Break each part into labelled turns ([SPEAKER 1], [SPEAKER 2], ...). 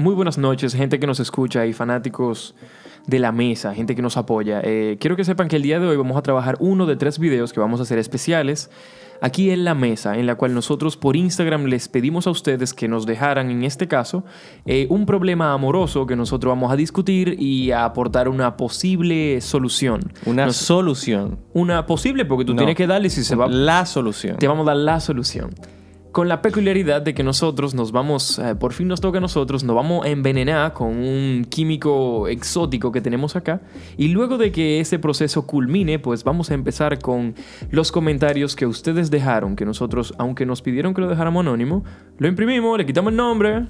[SPEAKER 1] Muy buenas noches, gente que nos escucha y fanáticos de la mesa, gente que nos apoya. Eh, quiero que sepan que el día de hoy vamos a trabajar uno de tres videos que vamos a hacer especiales aquí en la mesa, en la cual nosotros por Instagram les pedimos a ustedes que nos dejaran, en este caso, eh, un problema amoroso que nosotros vamos a discutir y a aportar una posible solución.
[SPEAKER 2] Una
[SPEAKER 1] Nos-
[SPEAKER 2] solución.
[SPEAKER 1] una posible, porque tú
[SPEAKER 2] No.
[SPEAKER 1] tienes que darle si se va
[SPEAKER 2] La solución.
[SPEAKER 1] te vamos a dar la solución. Con la peculiaridad de que nosotros nos vamos, eh, por fin nos toca a nosotros, nos vamos a envenenar con un químico exótico que tenemos acá. Y luego de que ese proceso culmine, pues vamos a empezar con los comentarios que ustedes dejaron, que nosotros, aunque nos pidieron que lo dejáramos anónimo, lo imprimimos, le quitamos el nombre,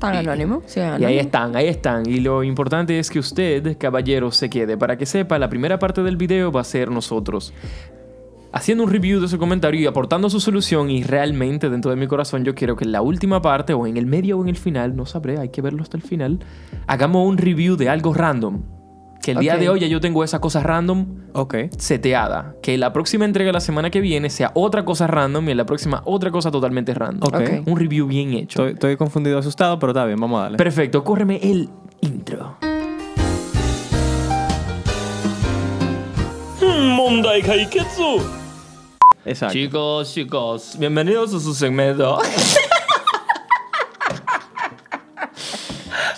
[SPEAKER 3] Tan anónimo. Sí,
[SPEAKER 1] y
[SPEAKER 3] anónimo.
[SPEAKER 1] ahí están, ahí están. Y lo importante es que usted, caballero, se quede. Para que sepa, la primera parte del video va a ser nosotros. Haciendo un review de su comentario y aportando su solución y realmente dentro de mi corazón yo quiero que en la última parte o en el medio o en el final, no sabré, hay que verlo hasta el final, hagamos un review de algo random. Que el día
[SPEAKER 3] Ok.
[SPEAKER 1] de hoy ya yo tengo esa cosa random
[SPEAKER 2] Ok.
[SPEAKER 1] seteada. Que la próxima entrega la semana que viene sea otra cosa random y en la próxima otra cosa totalmente random.
[SPEAKER 2] Ok.
[SPEAKER 3] Ok.
[SPEAKER 1] Un review bien hecho.
[SPEAKER 2] Estoy, estoy confundido, asustado, pero está bien, vamos a darle.
[SPEAKER 1] Perfecto, córreme el intro.
[SPEAKER 4] 問題解決を
[SPEAKER 2] Exacto.
[SPEAKER 4] Chicos, chicos, bienvenidos a su segmento.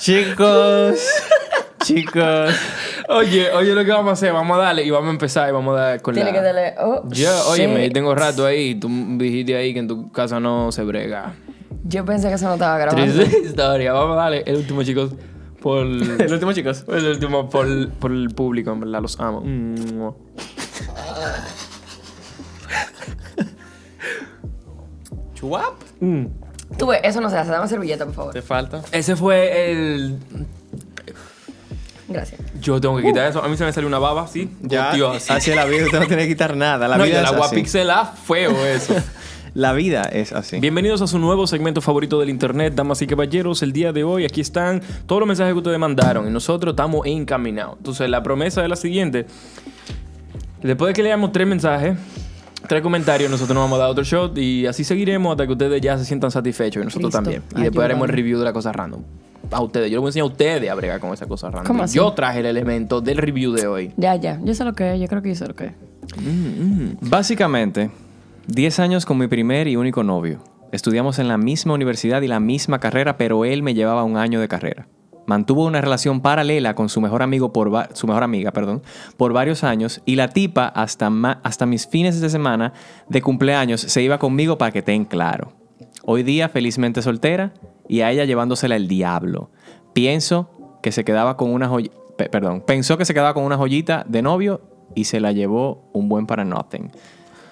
[SPEAKER 2] Chicos, chicos.
[SPEAKER 1] Oye, oye lo que vamos a hacer, vamos a darle y vamos a empezar y vamos a dar con
[SPEAKER 3] Tiene
[SPEAKER 1] la...
[SPEAKER 3] que darle. Oh,
[SPEAKER 1] Yo, oye,
[SPEAKER 3] shit.
[SPEAKER 1] me tengo rato ahí, tú dijiste ahí que en tu casa no se brega.
[SPEAKER 3] Yo pensé que eso no estaba grabando.
[SPEAKER 1] Triste historia, vamos a darle el último chicos por...
[SPEAKER 2] El último, chicos.
[SPEAKER 1] el último por, por el público, en verdad, los amo. Mua.
[SPEAKER 2] Mm. Chuap.
[SPEAKER 3] Tú ves, eso no se hace. Dame servilleta, por favor.
[SPEAKER 2] Te falta.
[SPEAKER 1] Ese fue el...
[SPEAKER 3] Gracias.
[SPEAKER 1] Yo tengo que quitar eso, a mí se me salió una baba, ¿sí?
[SPEAKER 2] Ya.
[SPEAKER 1] Goteó así.
[SPEAKER 2] Así es la vida, usted no tiene que quitar nada. La
[SPEAKER 1] No, y
[SPEAKER 2] vida
[SPEAKER 1] el
[SPEAKER 2] es
[SPEAKER 1] agua
[SPEAKER 2] así.
[SPEAKER 1] pixelada, feo eso.
[SPEAKER 2] La vida es así.
[SPEAKER 1] Bienvenidos a su nuevo segmento favorito del internet, damas y caballeros. El día de hoy aquí están todos los mensajes que ustedes mandaron y nosotros estamos encaminados. Entonces, la promesa es la siguiente. Después de que leamos tres mensajes, tres comentarios, nosotros nos vamos a dar otro shot y así seguiremos hasta que ustedes ya se sientan satisfechos y nosotros
[SPEAKER 3] Cristo,
[SPEAKER 1] también. Y después haremos el
[SPEAKER 3] ayúdame.
[SPEAKER 1] review de la cosa random. A ustedes, yo les voy a enseñar a ustedes a bregar con esa cosa random.
[SPEAKER 3] ¿Cómo así?
[SPEAKER 1] Yo traje el elemento del review de hoy.
[SPEAKER 3] Ya, ya. Yo sé lo que es. Yo creo que yo sé lo que es.
[SPEAKER 2] Básicamente, 10 años con mi primer y único novio. Estudiamos en la misma universidad y la misma carrera, pero él me llevaba un año de carrera. Mantuvo una relación paralela con su mejor amigo por va- su mejor amiga, perdón, por varios años y la tipa hasta ma- hasta mis fines de semana de cumpleaños se iba conmigo para que estén claro. Hoy día felizmente soltera y a ella llevándosela el diablo. Pienso que se quedaba con una joy- pe- perdón, pensó que se quedaba con una joyita de novio y se la llevó un buen para nothing.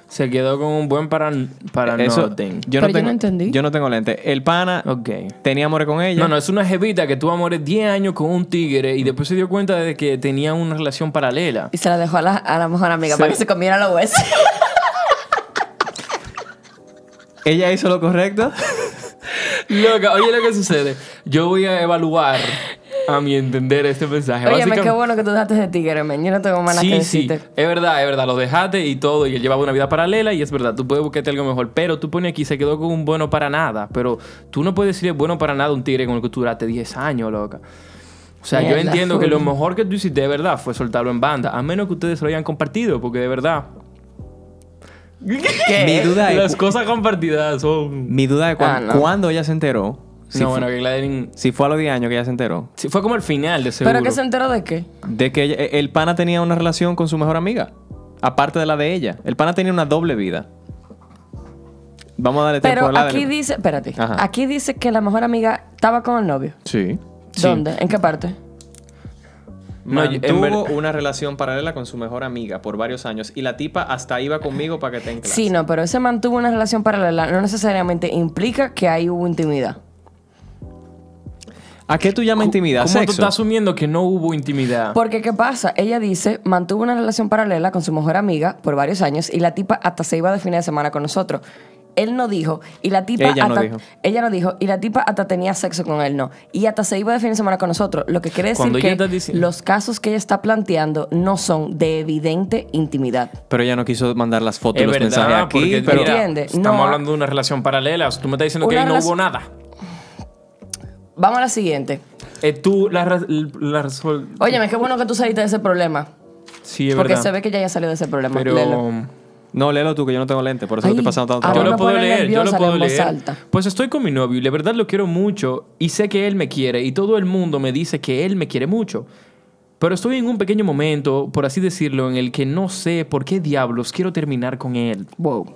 [SPEAKER 1] Se quedó con un buen para, para
[SPEAKER 2] Eh, Eso-
[SPEAKER 1] nothing.
[SPEAKER 2] Yo
[SPEAKER 3] Pero
[SPEAKER 2] no
[SPEAKER 3] yo
[SPEAKER 2] tengo,
[SPEAKER 3] no entendí.
[SPEAKER 2] yo no tengo lente. El pana
[SPEAKER 1] Ok.
[SPEAKER 2] tenía amor con ella.
[SPEAKER 1] No, no, es una jevita que tuvo amores 10 años con un tigre y después se dio cuenta de que tenía una relación paralela.
[SPEAKER 3] Y se la dejó a la, a la mejor amiga
[SPEAKER 1] Sí.
[SPEAKER 3] para que se comiera los huesos.
[SPEAKER 2] Ella hizo lo correcto.
[SPEAKER 1] Loca, oye lo que sucede. Yo voy a evaluar a mi entender este mensaje.
[SPEAKER 3] Oye, me
[SPEAKER 1] Básicamente-
[SPEAKER 3] qué bueno que tú dejaste de tigre, men. Yo no tengo más nada que
[SPEAKER 1] Sí, sí,
[SPEAKER 3] decirte.
[SPEAKER 1] es verdad, es verdad, lo dejaste y todo, y él llevaba una vida paralela y es verdad, tú puedes buscarte algo mejor, pero tú pones aquí, se quedó con un bueno para nada, pero tú no puedes decirle bueno para nada a un tigre con el que tú duraste 10 años, loca. O sea, yo
[SPEAKER 3] Mierda,
[SPEAKER 1] entiendo que
[SPEAKER 3] full.
[SPEAKER 1] lo mejor que tú hiciste de verdad fue soltarlo en banda, a menos que ustedes lo hayan compartido, porque de verdad...
[SPEAKER 2] Mi duda es-
[SPEAKER 1] Las cosas compartidas son...
[SPEAKER 2] Mi duda es cuan-
[SPEAKER 3] Ah, no.
[SPEAKER 2] cuando ella se enteró. Si,
[SPEAKER 1] no,
[SPEAKER 2] fu-
[SPEAKER 1] bueno, que Gladeline...
[SPEAKER 2] si fue a los 10 años que ella se enteró.
[SPEAKER 1] sí, fue como el final de seguro. Este
[SPEAKER 3] ¿Pero que se enteró de qué?
[SPEAKER 2] De que ella- el pana tenía una relación con su mejor amiga. Aparte de la de ella. El pana tenía una doble vida. Vamos a darle tiempo
[SPEAKER 3] Pero
[SPEAKER 2] a la
[SPEAKER 3] aquí
[SPEAKER 2] de-
[SPEAKER 3] dice, espérate,
[SPEAKER 2] Ajá.
[SPEAKER 3] aquí dice que la mejor amiga estaba con el novio.
[SPEAKER 2] Sí.
[SPEAKER 3] ¿Dónde? ¿En qué parte?
[SPEAKER 1] No, yo- en
[SPEAKER 2] Mantuvo
[SPEAKER 1] ver-
[SPEAKER 2] una relación paralela con su mejor amiga por varios años. Y la tipa hasta iba conmigo para que te enclase.
[SPEAKER 3] Sí, no, pero ese mantuvo una relación paralela no necesariamente implica que ahí hubo intimidad.
[SPEAKER 2] ¿A qué tú llamas intimidad?
[SPEAKER 1] ¿Cómo tú
[SPEAKER 2] ¿Sexo?
[SPEAKER 1] estás asumiendo que no hubo intimidad?
[SPEAKER 3] Porque, ¿qué pasa? Ella dice, mantuvo una relación paralela con su mejor amiga por varios años y la tipa hasta se iba de fin de semana con nosotros. Él no dijo, y la tipa
[SPEAKER 2] Ella no
[SPEAKER 3] hasta-
[SPEAKER 2] dijo.
[SPEAKER 3] ella no dijo, y la tipa hasta tenía sexo con él, no. Y hasta se iba de fin de semana con nosotros. Lo que quiere decir
[SPEAKER 1] Cuando ella
[SPEAKER 3] que
[SPEAKER 1] está diciendo-
[SPEAKER 3] los casos que ella está planteando no son de evidente intimidad.
[SPEAKER 2] Pero ella no quiso mandar las fotos y
[SPEAKER 1] Es
[SPEAKER 2] los
[SPEAKER 1] verdad,
[SPEAKER 2] mensajes aquí.
[SPEAKER 1] porque
[SPEAKER 2] pero
[SPEAKER 1] mira,
[SPEAKER 3] Entiende,
[SPEAKER 1] estamos
[SPEAKER 3] no-
[SPEAKER 1] hablando de una relación paralela. o sea, Tú me estás diciendo que
[SPEAKER 3] Una
[SPEAKER 1] ahí no
[SPEAKER 3] relac-
[SPEAKER 1] hubo nada.
[SPEAKER 3] Vamos a la siguiente.
[SPEAKER 1] Eh, tú la, ra- la resol-
[SPEAKER 3] Óyeme, qué bueno que tú saliste de ese problema.
[SPEAKER 1] Sí, es
[SPEAKER 3] porque
[SPEAKER 1] verdad.
[SPEAKER 3] se ve que ya ya salió de ese problema.
[SPEAKER 1] pero
[SPEAKER 3] Léelo.
[SPEAKER 2] No, léelo tú, que yo no tengo lente, por eso
[SPEAKER 3] Ay, ah,
[SPEAKER 2] estoy pasando tanto
[SPEAKER 1] yo
[SPEAKER 3] ahora
[SPEAKER 2] trabajo.
[SPEAKER 1] lo
[SPEAKER 3] me
[SPEAKER 1] puedo
[SPEAKER 3] pone
[SPEAKER 1] leer, yo lo
[SPEAKER 3] nerviosa
[SPEAKER 1] puedo
[SPEAKER 3] leer en voz
[SPEAKER 1] leer.
[SPEAKER 3] alta.
[SPEAKER 1] Pues estoy con mi novio y la verdad lo quiero mucho y sé que él me quiere y todo el mundo me dice que él me quiere mucho. Pero estoy en un pequeño momento, por así decirlo, en el que no sé por qué diablos quiero terminar con él.
[SPEAKER 3] Wow.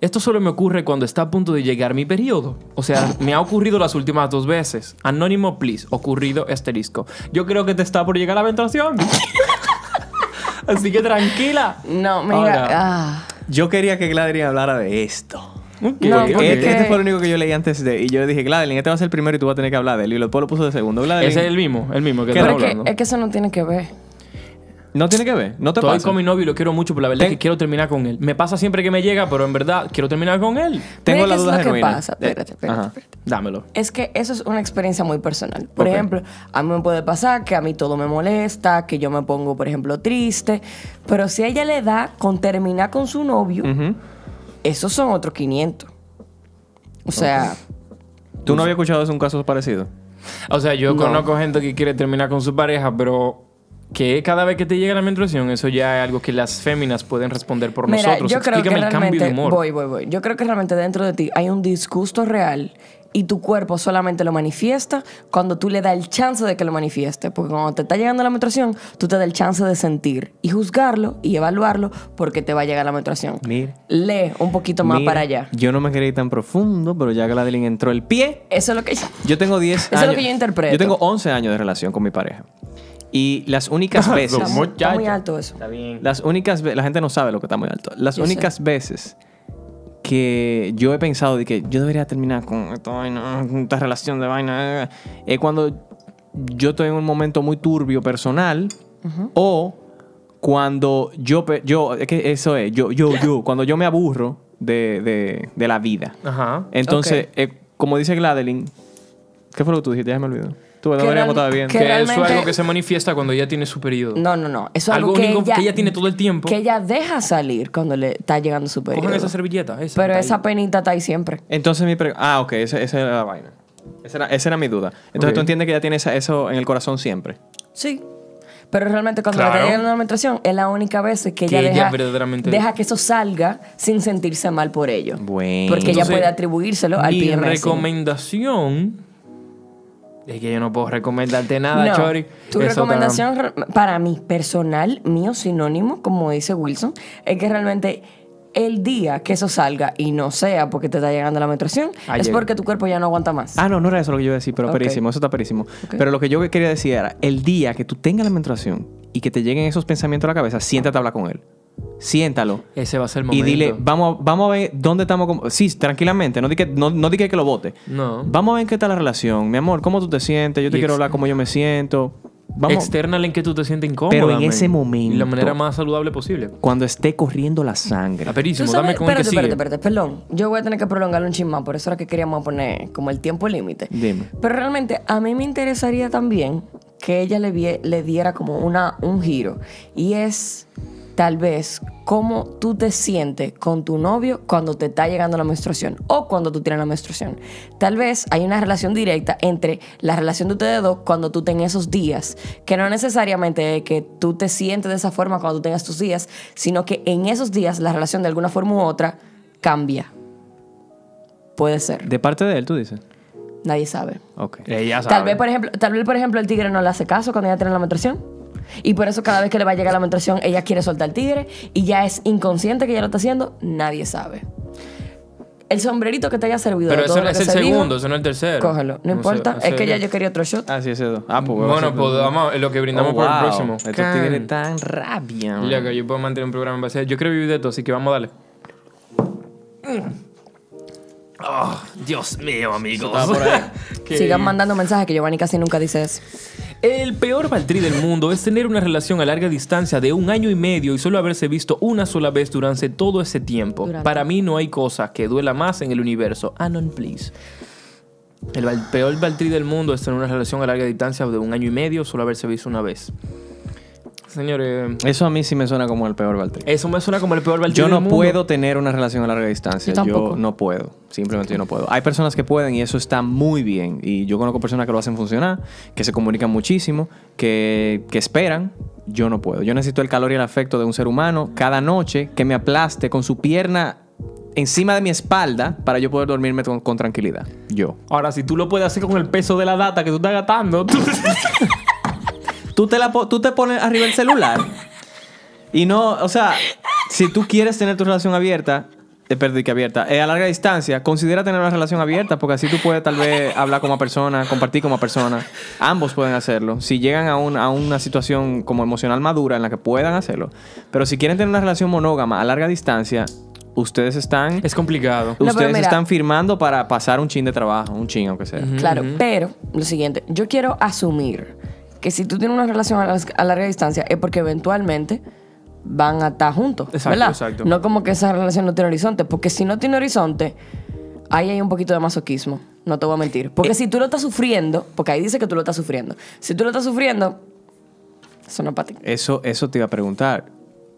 [SPEAKER 1] Esto solo me ocurre cuando está a punto de llegar mi periodo. O sea, me ha ocurrido las últimas dos veces. Anónimo, please. Ocurrido asterisco. Yo creo que te está por llegar la menstruación. Así que tranquila.
[SPEAKER 3] No, mira.
[SPEAKER 1] Ahora.
[SPEAKER 3] ah.
[SPEAKER 2] Yo quería que Gladeline hablara de esto.
[SPEAKER 1] Ok,
[SPEAKER 3] No,
[SPEAKER 1] ok.
[SPEAKER 3] porque-
[SPEAKER 2] Este, este fue el único que yo leí antes de. Y yo le dije, Gladeline, este va a ser el primero y tú vas a tener que hablar de él. Y después lo puso de segundo. Gladeline.
[SPEAKER 1] Ese es el mismo, el mismo que
[SPEAKER 2] ¿Qué
[SPEAKER 1] estaba
[SPEAKER 3] Pero
[SPEAKER 2] estamos
[SPEAKER 3] es que, eh,
[SPEAKER 1] hablando.
[SPEAKER 3] es que eso no tiene que ver.
[SPEAKER 2] No tiene que ver. No te
[SPEAKER 1] Estoy
[SPEAKER 2] pasa.
[SPEAKER 1] con mi novio y lo quiero mucho, pero la verdad
[SPEAKER 2] Ten-
[SPEAKER 1] es que quiero terminar con él. Me pasa siempre que me llega, pero en verdad quiero terminar con él.
[SPEAKER 2] Tengo
[SPEAKER 3] Mira
[SPEAKER 2] la
[SPEAKER 3] qué es
[SPEAKER 2] duda
[SPEAKER 3] lo que
[SPEAKER 2] genuina. Eh,
[SPEAKER 3] pasa. Espérate, espérate,
[SPEAKER 2] Ajá.
[SPEAKER 3] espérate.
[SPEAKER 1] Dámelo.
[SPEAKER 3] Es que eso es una experiencia muy personal. Por
[SPEAKER 2] Ok.
[SPEAKER 3] ejemplo, a mí me puede pasar que a mí todo me molesta, que yo me pongo, por ejemplo, triste. Pero si a ella le da con terminar con su novio,
[SPEAKER 2] Ujú.
[SPEAKER 3] esos son otros 500. O sea,
[SPEAKER 2] ¿Tú no habías escuchado de un caso parecido?
[SPEAKER 1] O sea, yo conozco gente que quiere terminar con su pareja, pero que cada vez que te llega la menstruación, eso ya es algo que las féminas pueden responder por
[SPEAKER 3] mira,
[SPEAKER 1] nosotros.
[SPEAKER 3] yo creo que
[SPEAKER 1] Explícame el cambio de
[SPEAKER 3] realmente.
[SPEAKER 1] humor.
[SPEAKER 3] Voy, voy, voy. Yo creo que realmente dentro de ti hay un disgusto real y tu cuerpo solamente lo manifiesta cuando tú le das el chance de que lo manifieste. Porque cuando te está llegando la menstruación, tú te das el chance de sentir y juzgarlo y evaluarlo porque te va a llegar la menstruación.
[SPEAKER 2] Mira.
[SPEAKER 3] Lee un poquito más
[SPEAKER 2] Mira,
[SPEAKER 3] para allá.
[SPEAKER 2] Yo no me quería ir tan profundo, pero ya Gladeline entró el pie.
[SPEAKER 3] Eso es lo que.
[SPEAKER 2] Yo tengo 10
[SPEAKER 3] Eso es
[SPEAKER 2] años.
[SPEAKER 3] lo que yo interpreto.
[SPEAKER 2] Yo tengo 11 años de relación con mi pareja. Y las únicas veces.
[SPEAKER 3] Está, mu- está muy alto eso.
[SPEAKER 1] Está bien.
[SPEAKER 2] Las únicas veces, la gente no sabe lo que está muy alto. Las
[SPEAKER 3] Yo sé.
[SPEAKER 2] únicas veces que yo he pensado de que yo debería terminar con esta, vaina, con esta relación de vaina, eh, es cuando yo estoy en un momento muy turbio personal o cuando yo, pe- yo, es que eso es, yo, yo, yo, cuando yo me aburro de, de- de la vida.
[SPEAKER 1] Ajá.
[SPEAKER 2] Entonces, eh, como dice Gladeline, ¿qué fue lo que tú dijiste? Ya me olvidó. Tú, no
[SPEAKER 3] Que
[SPEAKER 2] deberíamos
[SPEAKER 3] real-
[SPEAKER 2] estar bien.
[SPEAKER 3] que
[SPEAKER 1] Que eso es
[SPEAKER 3] realmente-
[SPEAKER 1] algo que se manifiesta cuando ella tiene su periodo.
[SPEAKER 3] No, no, no. Eso es algo,
[SPEAKER 1] Algo
[SPEAKER 3] que,
[SPEAKER 1] único
[SPEAKER 3] ella,
[SPEAKER 1] que ella tiene todo el tiempo.
[SPEAKER 3] Que ella deja salir cuando le está llegando su
[SPEAKER 1] Cojan
[SPEAKER 3] periodo.
[SPEAKER 1] esa servilleta. esa,
[SPEAKER 3] Pero
[SPEAKER 1] está
[SPEAKER 3] esa
[SPEAKER 1] ahí.
[SPEAKER 3] penita está ahí siempre.
[SPEAKER 2] Entonces mi pre- Ah, ok, esa, esa era la vaina. Esa era, esa era mi duda. Entonces
[SPEAKER 1] Ok.
[SPEAKER 2] tú entiendes que ya tienes esa- eso en el corazón siempre.
[SPEAKER 3] Sí. Pero realmente cuando le
[SPEAKER 1] Claro.
[SPEAKER 3] está llegando la menstruación es la única vez que, ella,
[SPEAKER 1] ella
[SPEAKER 3] deja,
[SPEAKER 1] verdaderamente-
[SPEAKER 3] deja que eso salga sin sentirse mal por ello.
[SPEAKER 2] Bueno.
[SPEAKER 3] Porque
[SPEAKER 1] Entonces,
[SPEAKER 3] ella puede atribuírselo al
[SPEAKER 1] Mi
[SPEAKER 3] PMS.
[SPEAKER 1] recomendación. Es que yo no puedo recomendarte nada,
[SPEAKER 3] No,
[SPEAKER 1] Chori. Eso
[SPEAKER 3] Tu
[SPEAKER 1] está-
[SPEAKER 3] recomendación re- para mí, personal, mío, sinónimo, como dice Wilson, es que realmente el día que eso salga y no sea porque te está llegando la menstruación,
[SPEAKER 1] Ah,
[SPEAKER 3] es
[SPEAKER 1] llega.
[SPEAKER 3] porque tu cuerpo ya no aguanta más.
[SPEAKER 2] Ah, no, no era eso lo que yo iba a decir, pero
[SPEAKER 3] Ok.
[SPEAKER 2] perísimo, eso está perísimo. Pero lo que yo quería decir era, el día que tú tengas la menstruación y que te lleguen esos pensamientos a la cabeza, siéntate a hablar con él. Siéntalo.
[SPEAKER 1] Ese va a ser el
[SPEAKER 2] Y
[SPEAKER 1] momento.
[SPEAKER 2] dile, vamos a, vamos a ver dónde estamos. como- Sí, tranquilamente, no di que, no, no di que, que lo vote.
[SPEAKER 1] No.
[SPEAKER 2] Vamos a ver qué tal la relación. Mi amor, ¿cómo tú te sientes? Yo te
[SPEAKER 1] Y ex-
[SPEAKER 2] quiero
[SPEAKER 1] Este-
[SPEAKER 2] hablar como yo me siento. Vamos.
[SPEAKER 1] External en que tú te sientes incómodo.
[SPEAKER 2] Pero en ese momento.
[SPEAKER 1] La manera más saludable posible.
[SPEAKER 2] Cuando esté corriendo la sangre.
[SPEAKER 1] Aperísimo,
[SPEAKER 3] Tú sabes-
[SPEAKER 1] dame con el que
[SPEAKER 3] espérate,
[SPEAKER 1] sigue.
[SPEAKER 3] espérate, espérate, perdón. Yo voy a tener que prolongarlo un chin más, por eso era que queríamos poner como el tiempo límite.
[SPEAKER 2] Dime.
[SPEAKER 3] Pero realmente a mí me interesaría también que ella le, vie- le diera como una, un giro. Y es tal vez cómo tú te sientes con tu novio cuando te está llegando la menstruación o cuando tú tienes la menstruación. Tal vez hay una relación directa entre la relación de ustedes dos cuando tú tengas esos días, que no necesariamente es que tú te sientes de esa forma cuando tú tengas tus días, sino que en esos días la relación de alguna forma u otra cambia. Puede ser,
[SPEAKER 2] De parte de él, tú dices.
[SPEAKER 3] nadie sabe.
[SPEAKER 2] Ok.
[SPEAKER 1] Ella sabe.
[SPEAKER 3] Tal vez, por ejemplo, tal vez, por ejemplo, el tigre no le hace caso cuando ella tiene la menstruación. Y por eso cada vez que le va a llegar la menstruación, ella quiere soltar al tigre y ya es inconsciente que ella lo está haciendo, nadie sabe. El sombrerito que te haya servido
[SPEAKER 1] Pero
[SPEAKER 3] de todo
[SPEAKER 1] ese
[SPEAKER 3] lo
[SPEAKER 1] es
[SPEAKER 3] que
[SPEAKER 1] el
[SPEAKER 3] se dijo,
[SPEAKER 1] segundo, ese no es el tercero.
[SPEAKER 3] Cógelo, no,
[SPEAKER 1] sé,
[SPEAKER 3] importa.
[SPEAKER 1] ese
[SPEAKER 3] es que ya
[SPEAKER 1] ya-
[SPEAKER 3] yo quería otro shot.
[SPEAKER 2] Ah, sí, ese dos. Ah, pues
[SPEAKER 1] Bueno, pues vamos, lo que brindamos por el próximo.
[SPEAKER 2] Oh, Estos
[SPEAKER 1] Can.
[SPEAKER 2] tigres tan rabia. man.
[SPEAKER 1] Loco, yo puedo mantener un programa en base. Yo quiero vivir de esto, así que vamos a darle. Ah,
[SPEAKER 4] Dios mío, amigos.
[SPEAKER 1] Que-
[SPEAKER 3] Sigan mandando mensajes que Giovanni casi nunca dice eso.
[SPEAKER 1] El peor Valtrí del mundo es tener una relación a larga distancia de un año y medio y solo haberse visto una sola vez durante todo ese tiempo.
[SPEAKER 3] Durante.
[SPEAKER 1] Para mí no hay cosa que duela más en el universo. Anon, please. El val- peor Valtrí del mundo es tener una relación a larga distancia de un año y medio solo haberse visto una vez. Señores,
[SPEAKER 2] Eso a mí sí me suena como el peor Valtteri.
[SPEAKER 1] eso me suena como el peor Valtteri
[SPEAKER 2] Yo no
[SPEAKER 1] del mundo.
[SPEAKER 2] puedo tener una relación a larga distancia.
[SPEAKER 3] Yo tampoco.
[SPEAKER 2] no puedo. Simplemente yo no puedo. Hay personas que pueden y eso está muy bien. Y yo conozco personas que lo hacen funcionar, que se comunican muchísimo, que, que esperan. Yo no puedo. Yo necesito el calor y el afecto de un ser humano cada noche que me aplaste con su pierna encima de mi espalda para yo poder dormirme con, con tranquilidad. Yo.
[SPEAKER 1] Ahora, si tú lo puedes hacer con el peso de la data que tú estás gastando, tú-
[SPEAKER 2] Tú te, la po- tú te pones arriba el celular. Y no, o sea, si tú quieres tener tu relación abierta, eh, perdí que abierta, eh, a larga distancia, considera tener una relación abierta porque así tú puedes tal vez hablar como persona, compartir como persona. Ambos pueden hacerlo. Si llegan a, un- a una situación como emocional madura en la que puedan hacerlo. Pero si quieren tener una relación monógama a larga distancia, ustedes están...
[SPEAKER 1] es complicado.
[SPEAKER 3] pero
[SPEAKER 2] Ustedes
[SPEAKER 3] mira.
[SPEAKER 2] están firmando para pasar un chin de trabajo, un chin aunque sea.
[SPEAKER 3] Claro, pero lo siguiente, yo quiero asumir que si tú tienes una relación a, las- a larga distancia es porque eventualmente van a estar juntos,
[SPEAKER 1] Exacto,
[SPEAKER 3] ¿verdad?
[SPEAKER 1] exacto.
[SPEAKER 3] No como que esa relación no tiene horizonte, porque si no tiene horizonte, ahí hay un poquito de masoquismo, no te voy a mentir. Porque si tú lo estás sufriendo, porque ahí dice que tú lo estás sufriendo, si tú lo estás sufriendo, eso no es para ti.
[SPEAKER 2] Eso, eso te iba a preguntar.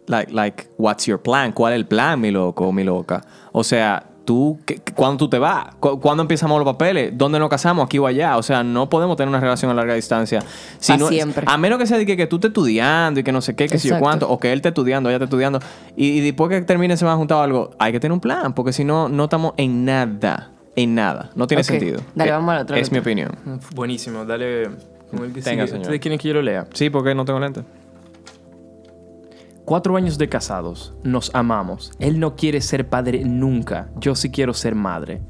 [SPEAKER 2] Like, like, what's your plan? ¿Cuál es el plan, mi loco o mi loca? O sea, tú, ¿qué- qué- ¿cuándo tú te vas? ¿Cu- ¿Cuándo empezamos los papeles? ¿Dónde nos casamos? ¿Aquí o allá? O sea, no podemos tener una relación a larga distancia.
[SPEAKER 3] Pa'
[SPEAKER 2] no-
[SPEAKER 3] siempre.
[SPEAKER 2] A menos que sea de que, que tú estés estudiando y que no sé qué, que sé yo
[SPEAKER 3] Exacto.
[SPEAKER 2] cuánto, o que él esté estudiando, ella esté estudiando, y, y después que termine se va a juntar o algo, hay que tener un plan, porque si no, no estamos en nada. En nada. No tiene
[SPEAKER 3] Ok.
[SPEAKER 2] sentido.
[SPEAKER 3] Dale,
[SPEAKER 2] Eh,
[SPEAKER 3] vamos al otro, al
[SPEAKER 2] Es mi
[SPEAKER 3] otro.
[SPEAKER 2] opinión.
[SPEAKER 1] Buenísimo, dale. con el que
[SPEAKER 2] Tenga,
[SPEAKER 1] sigue.
[SPEAKER 2] señor.
[SPEAKER 1] ¿Ustedes quieren que yo lo lea?
[SPEAKER 2] Sí, porque no tengo lentes.
[SPEAKER 1] Cuatro años de casados, nos amamos. Él no quiere ser padre nunca, yo sí quiero ser madre.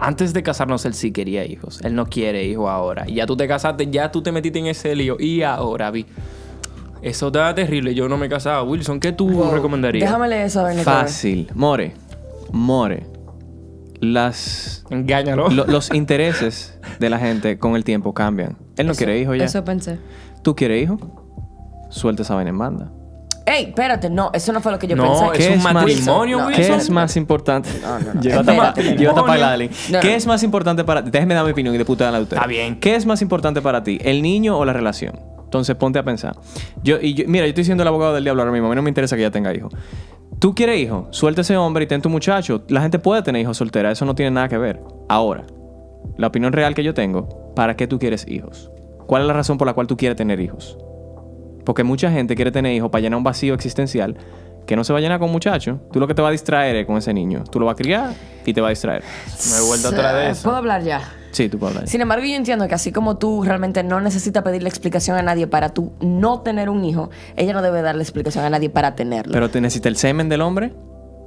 [SPEAKER 1] Antes de casarnos él sí quería hijos, él no quiere hijos ahora. Y Ya tú te casaste, ya tú te metiste en ese lío y ahora vi. Eso está terrible, yo no me casaba. Wilson, ¿qué tú recomendarías?
[SPEAKER 3] Déjame leer eso a ver, Nicolás.
[SPEAKER 2] Fácil. More. More. Las,
[SPEAKER 1] Engáñalo.
[SPEAKER 2] lo- los intereses de la gente con el tiempo cambian. Él no quiere hijo ya.
[SPEAKER 5] Eso pensé.
[SPEAKER 2] ¿Tú quieres hijo? Suelta esa vaina en banda.
[SPEAKER 3] Ey, espérate, no, eso no fue lo que yo
[SPEAKER 1] No,
[SPEAKER 3] pensé.
[SPEAKER 1] ¿Qué es un
[SPEAKER 2] más-
[SPEAKER 1] matrimonio,
[SPEAKER 3] Wilson?
[SPEAKER 2] ¿Qué
[SPEAKER 3] No,
[SPEAKER 2] es más importante? Llévate
[SPEAKER 3] Espérate.
[SPEAKER 2] pa- llévate pa' la de Lin.
[SPEAKER 3] No, no.
[SPEAKER 2] ¿Qué es más importante para ti? Déjeme dar mi opinión y de puta la de usted.
[SPEAKER 1] Está bien.
[SPEAKER 2] ¿Qué es más importante para ti? ¿El niño o la relación? Entonces ponte a pensar. Yo, y yo- mira, yo estoy siendo el abogado del diablo ahora mismo. A mí no me interesa que ella tenga hijos. Tú quieres hijo, suelta ese hombre y ten tu muchacho. La gente puede tener hijos soltera, eso no tiene nada que ver. Ahora, la opinión real que yo tengo, ¿para qué tú quieres hijos? ¿Cuál es la razón por la cual tú quieres tener hijos? Porque mucha gente quiere tener hijos para llenar un vacío existencial que no se va a llenar con muchachos. Tú lo que te vas a distraer es con ese niño. Tú lo vas a criar y te va a distraer.
[SPEAKER 1] No he vuelto atrás de eso.
[SPEAKER 3] ¿Puedo hablar ya?
[SPEAKER 2] Sí, tú puedes hablar.
[SPEAKER 3] Sin embargo, yo entiendo que así como tú realmente no necesitas pedirle explicación a nadie para tú no tener un hijo, ella no debe darle explicación a nadie para tenerlo.
[SPEAKER 2] Pero te necesita el semen del hombre.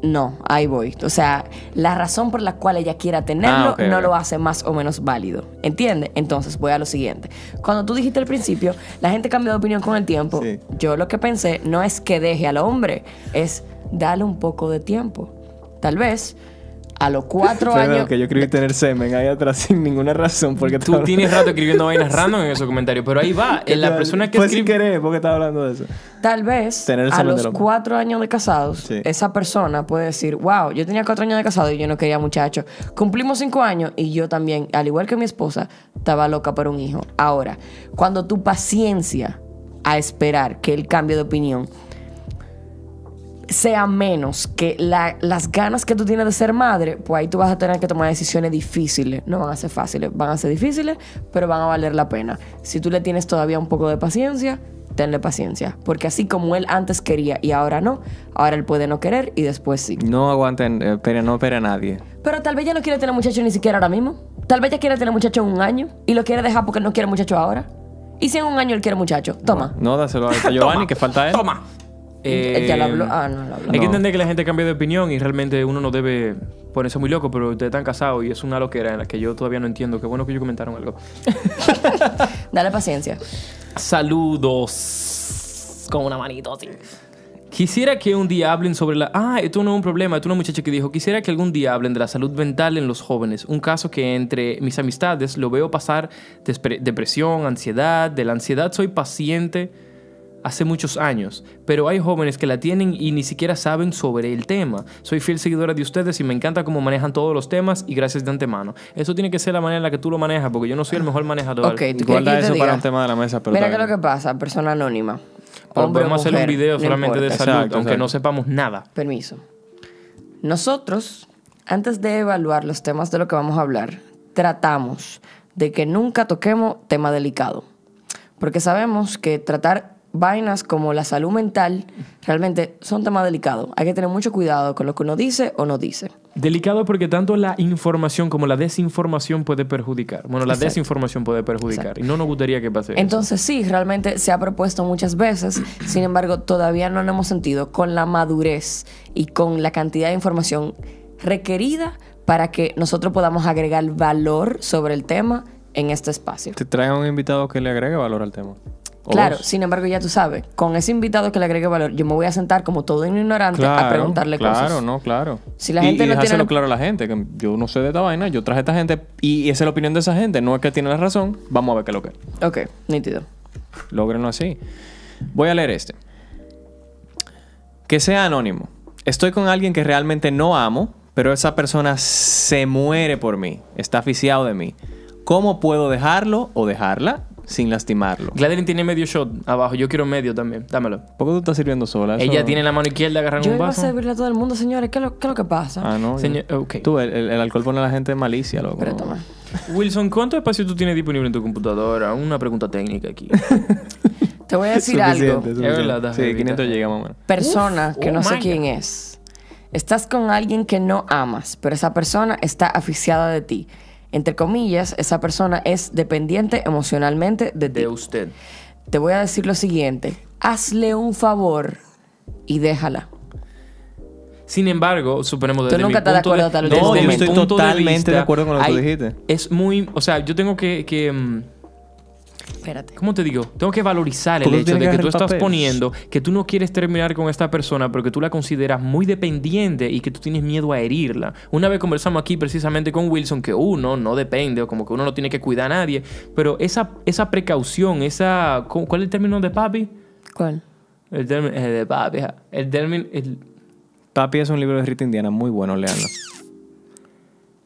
[SPEAKER 3] no, ahí voy. O sea, la razón por la cual ella quiera tenerlo
[SPEAKER 2] Ah, ok,
[SPEAKER 3] no
[SPEAKER 2] ok.
[SPEAKER 3] lo hace más o menos válido. ¿Entiendes? Entonces, voy a lo siguiente. Cuando tú dijiste al principio, la gente cambia de opinión con el tiempo.
[SPEAKER 2] Sí.
[SPEAKER 3] Yo lo que pensé no es que deje al hombre, es darle un poco de tiempo. Tal vez a los cuatro años.
[SPEAKER 2] yo escribí tener semen ahí atrás sin ninguna razón porque
[SPEAKER 1] Tú tienes rato escribiendo vainas random en esos comentarios, pero ahí
[SPEAKER 2] Ah,
[SPEAKER 1] va. eh, La persona que escribe...
[SPEAKER 2] querer porque estaba hablando de eso.
[SPEAKER 3] Tal vez
[SPEAKER 2] Tener el
[SPEAKER 3] a
[SPEAKER 2] semen
[SPEAKER 3] los
[SPEAKER 2] del hombre.
[SPEAKER 3] cuatro años de casados,
[SPEAKER 2] Sí.
[SPEAKER 3] esa persona puede decir, wow, yo tenía cuatro años de casado y yo no quería muchacho. Cumplimos cinco años y yo también, al igual que mi esposa, estaba loca por un hijo. Ahora, cuando tu paciencia a esperar que él cambie de opinión sea menos que la- las ganas que tú tienes de ser madre, pues ahí tú vas a tener que tomar decisiones difíciles. No van a ser fáciles, van a ser difíciles, pero van a valer la pena. Si tú le tienes todavía un poco de paciencia, tenle paciencia. Porque así como él antes quería y ahora no, ahora él puede no querer y después sí.
[SPEAKER 2] No aguanten, eh, pero no espera a nadie.
[SPEAKER 3] Pero tal vez ya no quiere tener muchacho ni siquiera ahora mismo. Tal vez ya quiere tener muchacho en un año y lo quiere dejar porque no quiere muchacho ahora. Y si en un año él quiere muchacho, toma.
[SPEAKER 2] No dáselo a este Giovanni que falta él.
[SPEAKER 1] Toma. Eh,
[SPEAKER 3] Él ya lo habló. Ah, no, lo habló.
[SPEAKER 1] Hay
[SPEAKER 2] No.
[SPEAKER 1] que entender que la gente cambia de opinión y realmente uno no debe ponerse muy loco, pero ustedes están casados y es una loquera en la que yo todavía no entiendo. Qué bueno que ellos comentaron algo.
[SPEAKER 3] Dale paciencia.
[SPEAKER 1] Saludos. Con una manito así. Quisiera que un día hablen sobre la... Ah, esto no es un problema, esto es una muchacha que dijo, quisiera que algún día hablen de la salud mental en los jóvenes. Un caso que entre mis amistades lo veo pasar despre- depresión, ansiedad. De la ansiedad soy paciente hace muchos años, pero hay jóvenes que la tienen y ni siquiera saben sobre el tema. Soy fiel seguidora de ustedes y me encanta cómo manejan todos los temas y gracias de antemano. Eso tiene que ser la manera en la que tú lo manejas, porque yo no soy el mejor manejador.
[SPEAKER 3] Ok, tú quieres que yo
[SPEAKER 2] Guarda
[SPEAKER 3] te
[SPEAKER 2] eso
[SPEAKER 3] diga?
[SPEAKER 2] para un tema de la mesa, pero
[SPEAKER 3] Mira
[SPEAKER 2] está
[SPEAKER 3] qué es lo
[SPEAKER 2] bien.
[SPEAKER 3] que pasa, persona anónima.
[SPEAKER 1] Pero
[SPEAKER 3] hombre
[SPEAKER 1] podemos
[SPEAKER 3] o
[SPEAKER 1] hacer un
[SPEAKER 3] mujer,
[SPEAKER 1] video
[SPEAKER 3] no
[SPEAKER 1] solamente de
[SPEAKER 3] importa.
[SPEAKER 1] salud,
[SPEAKER 2] Exacto,
[SPEAKER 1] aunque
[SPEAKER 2] exacto.
[SPEAKER 1] no sepamos nada.
[SPEAKER 3] Permiso. Nosotros, antes de evaluar los temas de lo que vamos a hablar, tratamos de que nunca toquemos tema delicado. Porque sabemos que tratar vainas como la salud mental realmente son temas delicados. Hay que tener mucho cuidado con lo que uno dice o no dice.
[SPEAKER 1] Delicado porque tanto la información como la desinformación puede perjudicar. Bueno, la
[SPEAKER 3] Exacto.
[SPEAKER 1] desinformación puede perjudicar y no nos gustaría que pase. eso.
[SPEAKER 3] Entonces sí, realmente se ha propuesto muchas veces, sin embargo todavía no lo hemos sentido con la madurez y con la cantidad de información requerida para que nosotros podamos agregar valor sobre el tema en este espacio.
[SPEAKER 2] Te traigan un invitado que le agregue valor al tema. O
[SPEAKER 3] Claro,
[SPEAKER 2] dos.
[SPEAKER 3] sin embargo ya tú sabes, con ese invitado que le agregue valor, yo me voy a sentar como todo un ignorante a preguntarle
[SPEAKER 2] claro,
[SPEAKER 3] cosas.
[SPEAKER 2] no, claro.
[SPEAKER 3] Si la
[SPEAKER 2] Y-
[SPEAKER 3] gente
[SPEAKER 2] y
[SPEAKER 3] no tiene
[SPEAKER 2] dejárselo
[SPEAKER 3] la-
[SPEAKER 2] claro a la gente, que yo no sé de esta vaina, yo traje a esta gente y esa es la opinión de esa gente, no es que tiene la razón, vamos a ver qué es lo que es.
[SPEAKER 3] Ok, nítido.
[SPEAKER 2] Lógrenlo así. Voy a leer este. Que sea anónimo. Estoy con alguien que realmente no amo, pero esa persona se muere por mí, está aficiado de mí. ¿Cómo puedo dejarlo o dejarla sin lastimarlo?
[SPEAKER 1] Gladeline tiene medio shot abajo. Yo quiero medio también. Dámelo.
[SPEAKER 2] ¿Por qué tú estás sirviendo sola? Eso-
[SPEAKER 1] Ella tiene la mano izquierda agarrando
[SPEAKER 3] Yo
[SPEAKER 1] un
[SPEAKER 3] iba a
[SPEAKER 1] vaso.
[SPEAKER 3] servirle a todo el mundo, señores, ¿qué es lo, qué es lo que pasa?
[SPEAKER 2] Ah, no. yo-
[SPEAKER 1] Señor- ok.
[SPEAKER 2] Tú, el, el- el alcohol pone a la gente en malicia, loco.
[SPEAKER 3] Pero
[SPEAKER 2] ¿no?
[SPEAKER 3] toma.
[SPEAKER 1] Wilson, ¿cuánto espacio tú tienes disponible en tu computadora? Una pregunta técnica aquí.
[SPEAKER 3] Te voy a decir
[SPEAKER 2] Suficiente,
[SPEAKER 3] algo.
[SPEAKER 2] suficiente.
[SPEAKER 1] Es verdad, está
[SPEAKER 2] Sí,
[SPEAKER 1] heavy,
[SPEAKER 2] 500
[SPEAKER 1] está
[SPEAKER 2] llega más o menos.
[SPEAKER 3] persona
[SPEAKER 1] Uf,
[SPEAKER 3] que
[SPEAKER 1] oh
[SPEAKER 3] no sé
[SPEAKER 1] my
[SPEAKER 3] quién
[SPEAKER 1] God.
[SPEAKER 3] es. Estás con alguien que no amas, pero esa persona está aficiada de ti. Entre comillas, esa persona es dependiente emocionalmente de ti.
[SPEAKER 1] De usted.
[SPEAKER 3] Te voy a decir lo siguiente. Hazle un favor y déjala.
[SPEAKER 1] Sin embargo, suponemos desde
[SPEAKER 3] nunca
[SPEAKER 1] mi
[SPEAKER 3] estás de
[SPEAKER 1] punto
[SPEAKER 3] acuerdo, tal vez,
[SPEAKER 1] desde
[SPEAKER 3] No, yo
[SPEAKER 1] mi
[SPEAKER 3] estoy
[SPEAKER 1] este punto
[SPEAKER 2] totalmente de
[SPEAKER 1] vista,
[SPEAKER 2] acuerdo con lo que tú
[SPEAKER 1] hay-
[SPEAKER 2] dijiste.
[SPEAKER 1] Es muy... O sea, yo tengo que... que, mm,
[SPEAKER 3] Espérate.
[SPEAKER 1] ¿Cómo te digo? Tengo que valorizar el
[SPEAKER 2] Tú
[SPEAKER 1] hecho
[SPEAKER 2] tienes
[SPEAKER 1] de
[SPEAKER 2] que
[SPEAKER 1] que
[SPEAKER 2] agarrar
[SPEAKER 1] tú
[SPEAKER 2] el
[SPEAKER 1] estás
[SPEAKER 2] papel.
[SPEAKER 1] poniendo que tú no quieres terminar con esta persona porque tú la consideras muy dependiente y que tú tienes miedo a herirla. Una vez conversamos aquí precisamente con Wilson que uno no depende o como que uno no tiene que cuidar a nadie, pero esa, esa precaución, esa... ¿cu- ¿Cuál es el término de papi?
[SPEAKER 3] ¿Cuál?
[SPEAKER 1] El término eh, de papi, ja. el término... El,
[SPEAKER 2] Papi es un libro de Rita Indiana muy bueno, leanlo.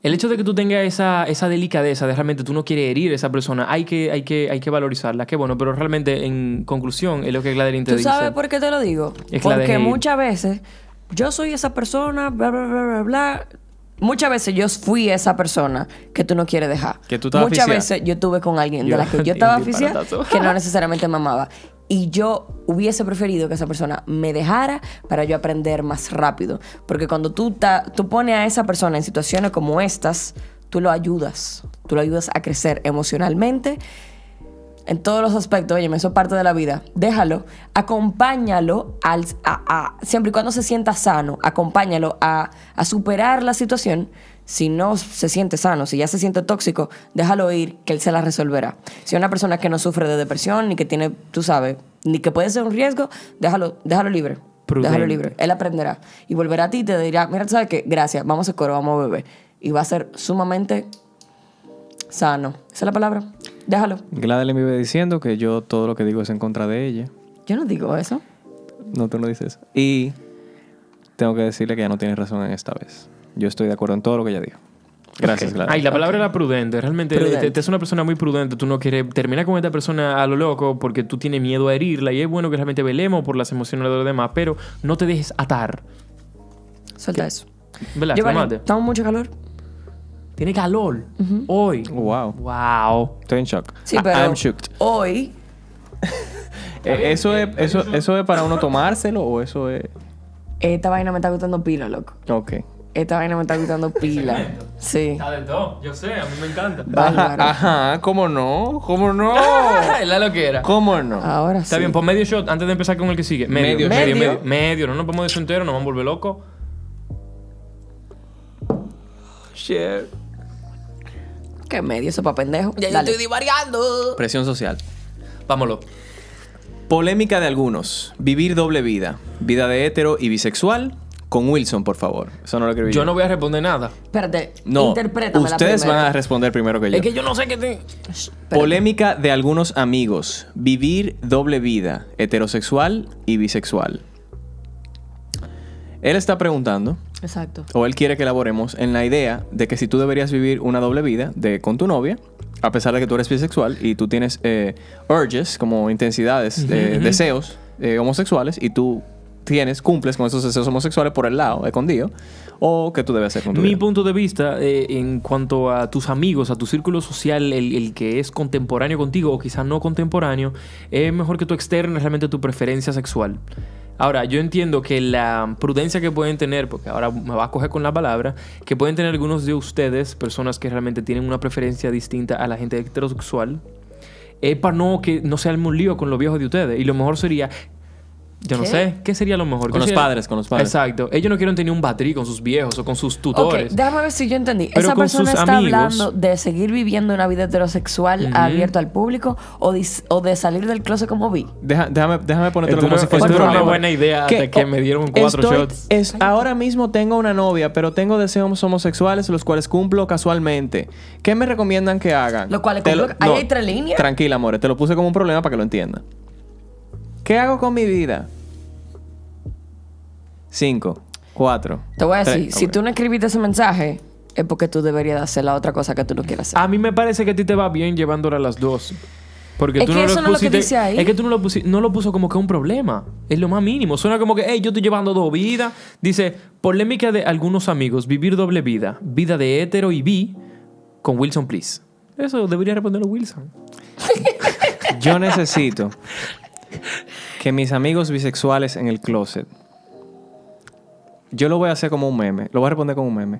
[SPEAKER 1] el hecho de que tú tengas esa, esa delicadeza de realmente tú no quieres herir a esa persona, hay que, hay que, hay que valorizarla. Qué bueno, pero realmente en conclusión es lo que Gladeline te
[SPEAKER 3] ¿Tú
[SPEAKER 1] dice.
[SPEAKER 3] sabes por qué te lo digo?
[SPEAKER 1] Es que la
[SPEAKER 3] Porque
[SPEAKER 1] dejé ir.
[SPEAKER 3] muchas veces yo soy esa persona, bla, bla, bla, bla, bla. Muchas veces yo fui esa persona que tú no quieres dejar.
[SPEAKER 2] Que tú estabas
[SPEAKER 3] Muchas
[SPEAKER 2] asfixiada.
[SPEAKER 3] veces yo tuve con alguien de
[SPEAKER 1] Yo-
[SPEAKER 3] la que
[SPEAKER 1] di
[SPEAKER 3] yo
[SPEAKER 1] un
[SPEAKER 3] estaba oficial
[SPEAKER 1] disparatazo.
[SPEAKER 3] que no necesariamente me amaba. Y yo hubiese preferido que esa persona me dejara para yo aprender más rápido. Porque cuando tú, ta- tú pones a esa persona en situaciones como estas, tú lo ayudas. Tú lo ayudas a crecer emocionalmente, en todos los aspectos, oye, eso es parte de la vida. Déjalo, acompáñalo al, a- a- siempre y cuando se sienta sano, acompáñalo a, a superar la situación. Si no se siente sano, si ya se siente tóxico, déjalo ir, que él se la resolverá. Si es una persona que no sufre de depresión, ni que tiene, tú sabes, ni que puede ser un riesgo, déjalo, déjalo libre.
[SPEAKER 1] Prudente.
[SPEAKER 3] Déjalo libre. Él aprenderá. Y volverá a ti y te dirá, mira, tú sabes que, gracias, vamos a coro, vamos a beber. Y va a ser sumamente sano. Esa es la palabra. Déjalo.
[SPEAKER 2] Gladys me iba diciendo que yo todo lo que digo es en contra de ella.
[SPEAKER 3] Yo no digo eso.
[SPEAKER 2] No, tú no dices eso. Y tengo que decirle que ya no tienes razón en esta vez. Yo estoy de acuerdo en todo lo que ella dijo. Gracias,
[SPEAKER 1] Ok.
[SPEAKER 2] Gladys.
[SPEAKER 1] Ay, la palabra era prudente. Realmente eh,
[SPEAKER 3] Prudente.
[SPEAKER 1] Te, te es una persona muy prudente. Tú no quieres terminar con esta persona a lo loco porque tú tienes miedo a herirla. Y es bueno que realmente velemos por las emociones de los demás, pero no te dejes atar.
[SPEAKER 3] Suelta eso.
[SPEAKER 1] ¿Verdad?
[SPEAKER 3] Giovanni,
[SPEAKER 1] Clamate.
[SPEAKER 3] ¿estamos mucho calor?
[SPEAKER 1] Tiene calor hoy.
[SPEAKER 2] Wow.
[SPEAKER 1] Wow.
[SPEAKER 2] Estoy en shock.
[SPEAKER 3] Sí,
[SPEAKER 2] I-
[SPEAKER 1] Ah,
[SPEAKER 3] pero
[SPEAKER 2] I'm shocked.
[SPEAKER 3] hoy
[SPEAKER 2] Eh, ¿Eso es, eso, ¿Eso es para uno tomárselo o eso es...?
[SPEAKER 3] esta vaina me está gustando pila, loco.
[SPEAKER 2] Ok.
[SPEAKER 3] Esta vaina me está gustando pila. Sí.
[SPEAKER 1] de todo. Yo sé, a mí me encanta.
[SPEAKER 3] Bárbaro.
[SPEAKER 2] Ajá, ¿cómo no? ¿Cómo no?
[SPEAKER 1] la loquera.
[SPEAKER 2] ¿Cómo no?
[SPEAKER 3] Ahora sí.
[SPEAKER 1] Está bien, pon medio shot antes de empezar con el que sigue. Medio, medio,
[SPEAKER 2] Medio.
[SPEAKER 1] medio.
[SPEAKER 3] Medio.
[SPEAKER 1] Medio, no nos podemos decir entero, nos vamos a volver locos. Shit.
[SPEAKER 3] ¿Qué medio eso para pendejo? Ya estoy
[SPEAKER 2] Presión social.
[SPEAKER 1] Vámonos.
[SPEAKER 2] Polémica de algunos. Vivir doble vida. Vida de hetero y bisexual. Con Wilson, por favor. Eso no lo escribí
[SPEAKER 1] Yo no voy a responder nada.
[SPEAKER 3] Espérate.
[SPEAKER 2] No,
[SPEAKER 3] Interprétame
[SPEAKER 2] ustedes
[SPEAKER 3] la
[SPEAKER 2] van
[SPEAKER 3] primera.
[SPEAKER 2] a responder primero que yo.
[SPEAKER 1] Es que yo no sé qué te...
[SPEAKER 3] Espérate.
[SPEAKER 2] Polémica de algunos amigos. Vivir doble vida, heterosexual y bisexual. Él está preguntando,
[SPEAKER 3] Exacto.
[SPEAKER 2] o él quiere que elaboremos, en la idea de que si tú deberías vivir una doble vida de, con tu novia, a pesar de que tú eres bisexual y tú tienes eh, urges, como intensidades, eh, deseos, eh, homosexuales y tú tienes, cumples con esos deseos homosexuales por el lado, escondido, o que tú debes hacer con tu
[SPEAKER 1] Mi
[SPEAKER 2] vida.
[SPEAKER 1] punto de vista eh, en cuanto a tus amigos, a tu círculo social, el, el que es contemporáneo contigo o quizás no contemporáneo, es mejor que tú externes realmente tu preferencia sexual. Ahora, yo entiendo que la prudencia que pueden tener, porque ahora me va a coger con la palabra, que pueden tener algunos de ustedes, personas que realmente tienen una preferencia distinta a la gente heterosexual, es para no que no se arme un lío con los viejos de ustedes. Y lo mejor sería, yo no
[SPEAKER 3] ¿Qué?
[SPEAKER 1] sé, ¿qué sería lo mejor?
[SPEAKER 2] Con
[SPEAKER 1] ¿Qué
[SPEAKER 2] los
[SPEAKER 1] sería-
[SPEAKER 2] padres, con los padres.
[SPEAKER 1] Exacto. Ellos no quieren tener un batrí con sus viejos o con sus
[SPEAKER 3] Ok,
[SPEAKER 1] tutores.
[SPEAKER 3] déjame ver si yo entendí.
[SPEAKER 1] Pero
[SPEAKER 3] ¿Esa
[SPEAKER 1] con
[SPEAKER 3] persona
[SPEAKER 1] sus
[SPEAKER 3] está
[SPEAKER 1] amigos-
[SPEAKER 3] hablando de seguir viviendo una vida heterosexual abierta al público o, dis- o de salir del closet como vi?
[SPEAKER 2] Deja- déjame, déjame ponértelo
[SPEAKER 1] Esto
[SPEAKER 2] como
[SPEAKER 1] no-
[SPEAKER 2] si fuese
[SPEAKER 1] esto
[SPEAKER 2] un
[SPEAKER 1] no era
[SPEAKER 2] problema.
[SPEAKER 1] una buena idea hasta que me dieron cuatro
[SPEAKER 2] Estoy-
[SPEAKER 1] shots.
[SPEAKER 2] es- ahora mismo tengo una novia, pero tengo deseos homosexuales, los cuales cumplo casualmente. ¿Qué me recomiendan que hagan?
[SPEAKER 3] Los cuales
[SPEAKER 2] Te
[SPEAKER 3] cumplo- ahí hay tres líneas.
[SPEAKER 2] Tranquila, amores. Te lo puse como un problema para que lo entiendan. ¿Qué hago con mi vida? Cinco, cuatro.
[SPEAKER 3] Te voy a
[SPEAKER 2] tres.
[SPEAKER 3] decir, si
[SPEAKER 2] Ok.
[SPEAKER 3] tú no escribiste ese mensaje, es porque tú deberías de hacer la otra cosa que tú no
[SPEAKER 2] Ah,
[SPEAKER 3] quieras hacer.
[SPEAKER 1] A mí me parece que a ti te va bien llevándola a las dos. Porque
[SPEAKER 3] Es
[SPEAKER 1] tú
[SPEAKER 3] que
[SPEAKER 1] no
[SPEAKER 3] eso
[SPEAKER 1] lo
[SPEAKER 3] no es lo que
[SPEAKER 1] pusiste,
[SPEAKER 3] dice ahí.
[SPEAKER 1] Es que tú no lo, pusi- no lo puso como que un problema. Es lo más mínimo. Suena como que, hey, yo estoy llevando dos vidas. Dice, polémica de algunos amigos, vivir doble vida. Vida de hetero y bi con Wilson, please. Eso debería responderlo Wilson.
[SPEAKER 2] Yo necesito que mis amigos bisexuales en el closet. Yo lo voy a hacer como un meme. Lo voy a responder como un meme.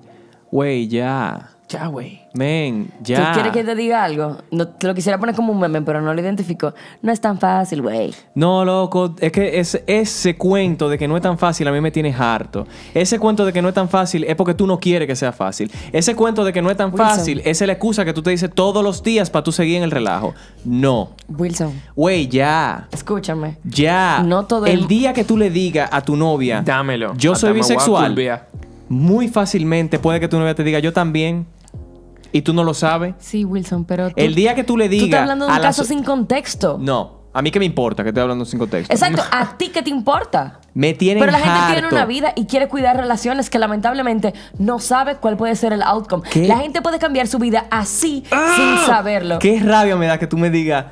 [SPEAKER 2] Wey, ya.
[SPEAKER 1] Ya, güey.
[SPEAKER 2] Men,
[SPEAKER 3] ¿Tú
[SPEAKER 2] ya.
[SPEAKER 3] quieres que te diga algo? No, te lo quisiera poner como un meme, pero no lo identifico. No es tan fácil, güey.
[SPEAKER 2] No, loco, es que ese, ese cuento de que no es tan fácil a mí me tiene harto. Ese cuento de que no es tan fácil es porque tú no quieres que sea fácil. Ese cuento de que no es tan
[SPEAKER 3] Wilson.
[SPEAKER 2] fácil esa es la excusa que tú te dices todos los días para tú seguir en el relajo. No.
[SPEAKER 3] Wilson,
[SPEAKER 2] Wey, ya.
[SPEAKER 3] escúchame.
[SPEAKER 2] Ya.
[SPEAKER 3] No todo
[SPEAKER 2] el...
[SPEAKER 3] el-
[SPEAKER 2] día que tú le digas a tu novia,
[SPEAKER 1] Dámelo.
[SPEAKER 2] Yo soy
[SPEAKER 1] Hasta me voy a
[SPEAKER 2] bisexual.
[SPEAKER 1] curvear.
[SPEAKER 2] Muy fácilmente puede que tu novia te diga, yo también. Y tú no lo sabes.
[SPEAKER 3] Sí, Wilson, pero tú,
[SPEAKER 2] El día que tú le
[SPEAKER 3] tú
[SPEAKER 2] digas.
[SPEAKER 3] estás hablando de
[SPEAKER 2] a
[SPEAKER 3] un
[SPEAKER 2] la
[SPEAKER 3] caso
[SPEAKER 2] so-
[SPEAKER 3] sin contexto.
[SPEAKER 2] No. A mí que me importa que estoy hablando sin contexto.
[SPEAKER 3] Exacto, ¿a ti qué te importa?
[SPEAKER 2] Me tienen
[SPEAKER 3] Pero la gente tiene
[SPEAKER 2] harto.
[SPEAKER 3] una vida y quiere cuidar relaciones que lamentablemente no sabe cuál puede ser el outcome.
[SPEAKER 2] ¿Qué? Ah,
[SPEAKER 3] La gente puede cambiar su vida así sin saberlo.
[SPEAKER 2] Qué rabia me da que tú me digas.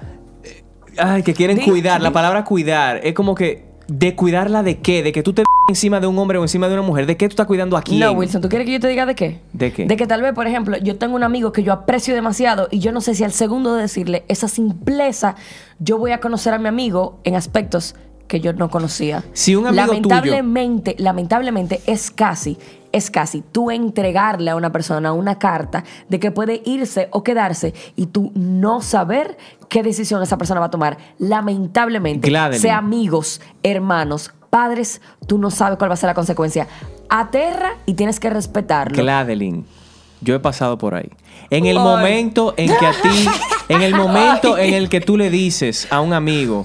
[SPEAKER 2] eh, Ay, que quieren
[SPEAKER 3] Di-
[SPEAKER 2] cuidar. La
[SPEAKER 3] di-
[SPEAKER 2] palabra cuidar es como que. ¿De cuidarla de qué? ¿De que tú te encima de un hombre o encima de una mujer? ¿De qué tú estás cuidando aquí?
[SPEAKER 3] No, Wilson, ¿tú quieres que yo te diga de qué?
[SPEAKER 2] ¿De qué?
[SPEAKER 3] De que tal vez, por ejemplo, yo tengo un amigo que yo aprecio demasiado y yo no sé si al segundo de decirle esa simpleza, yo voy a conocer a mi amigo en aspectos que yo no conocía.
[SPEAKER 2] Si un amigo tuyo-
[SPEAKER 3] lamentablemente, lamentablemente es casi, es casi tú entregarle a una persona una carta de que puede irse o quedarse y tú no saber qué decisión esa persona va a tomar. Lamentablemente,
[SPEAKER 2] Gladeline.
[SPEAKER 3] sea amigos, hermanos, padres, tú no sabes cuál va a ser la consecuencia. Aterra y tienes que respetarlo.
[SPEAKER 2] Gladeline, yo he pasado por ahí. En el
[SPEAKER 3] Ay.
[SPEAKER 2] momento en que a ti, en el momento en el que tú le dices a un amigo,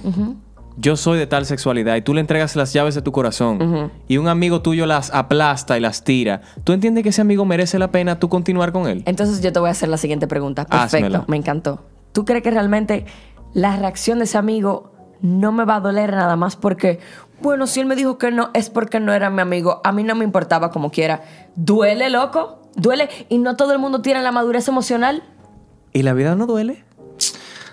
[SPEAKER 2] yo soy de tal sexualidad y tú le entregas las llaves de tu corazón y un amigo tuyo las aplasta y las tira, ¿tú entiendes que ese amigo merece la pena tú continuar con él?
[SPEAKER 3] Entonces yo te voy a hacer la siguiente pregunta. Perfecto,
[SPEAKER 2] Házmela.
[SPEAKER 3] me encantó. ¿Tú crees que realmente la reacción de ese amigo no me va a doler nada más porque, bueno, si él me dijo que no, es porque no era mi amigo, a mí no me importaba como quiera? ¿Duele, loco? ¿Duele? ¿Y no todo el mundo tiene la madurez emocional?
[SPEAKER 2] ¿Y la vida no duele?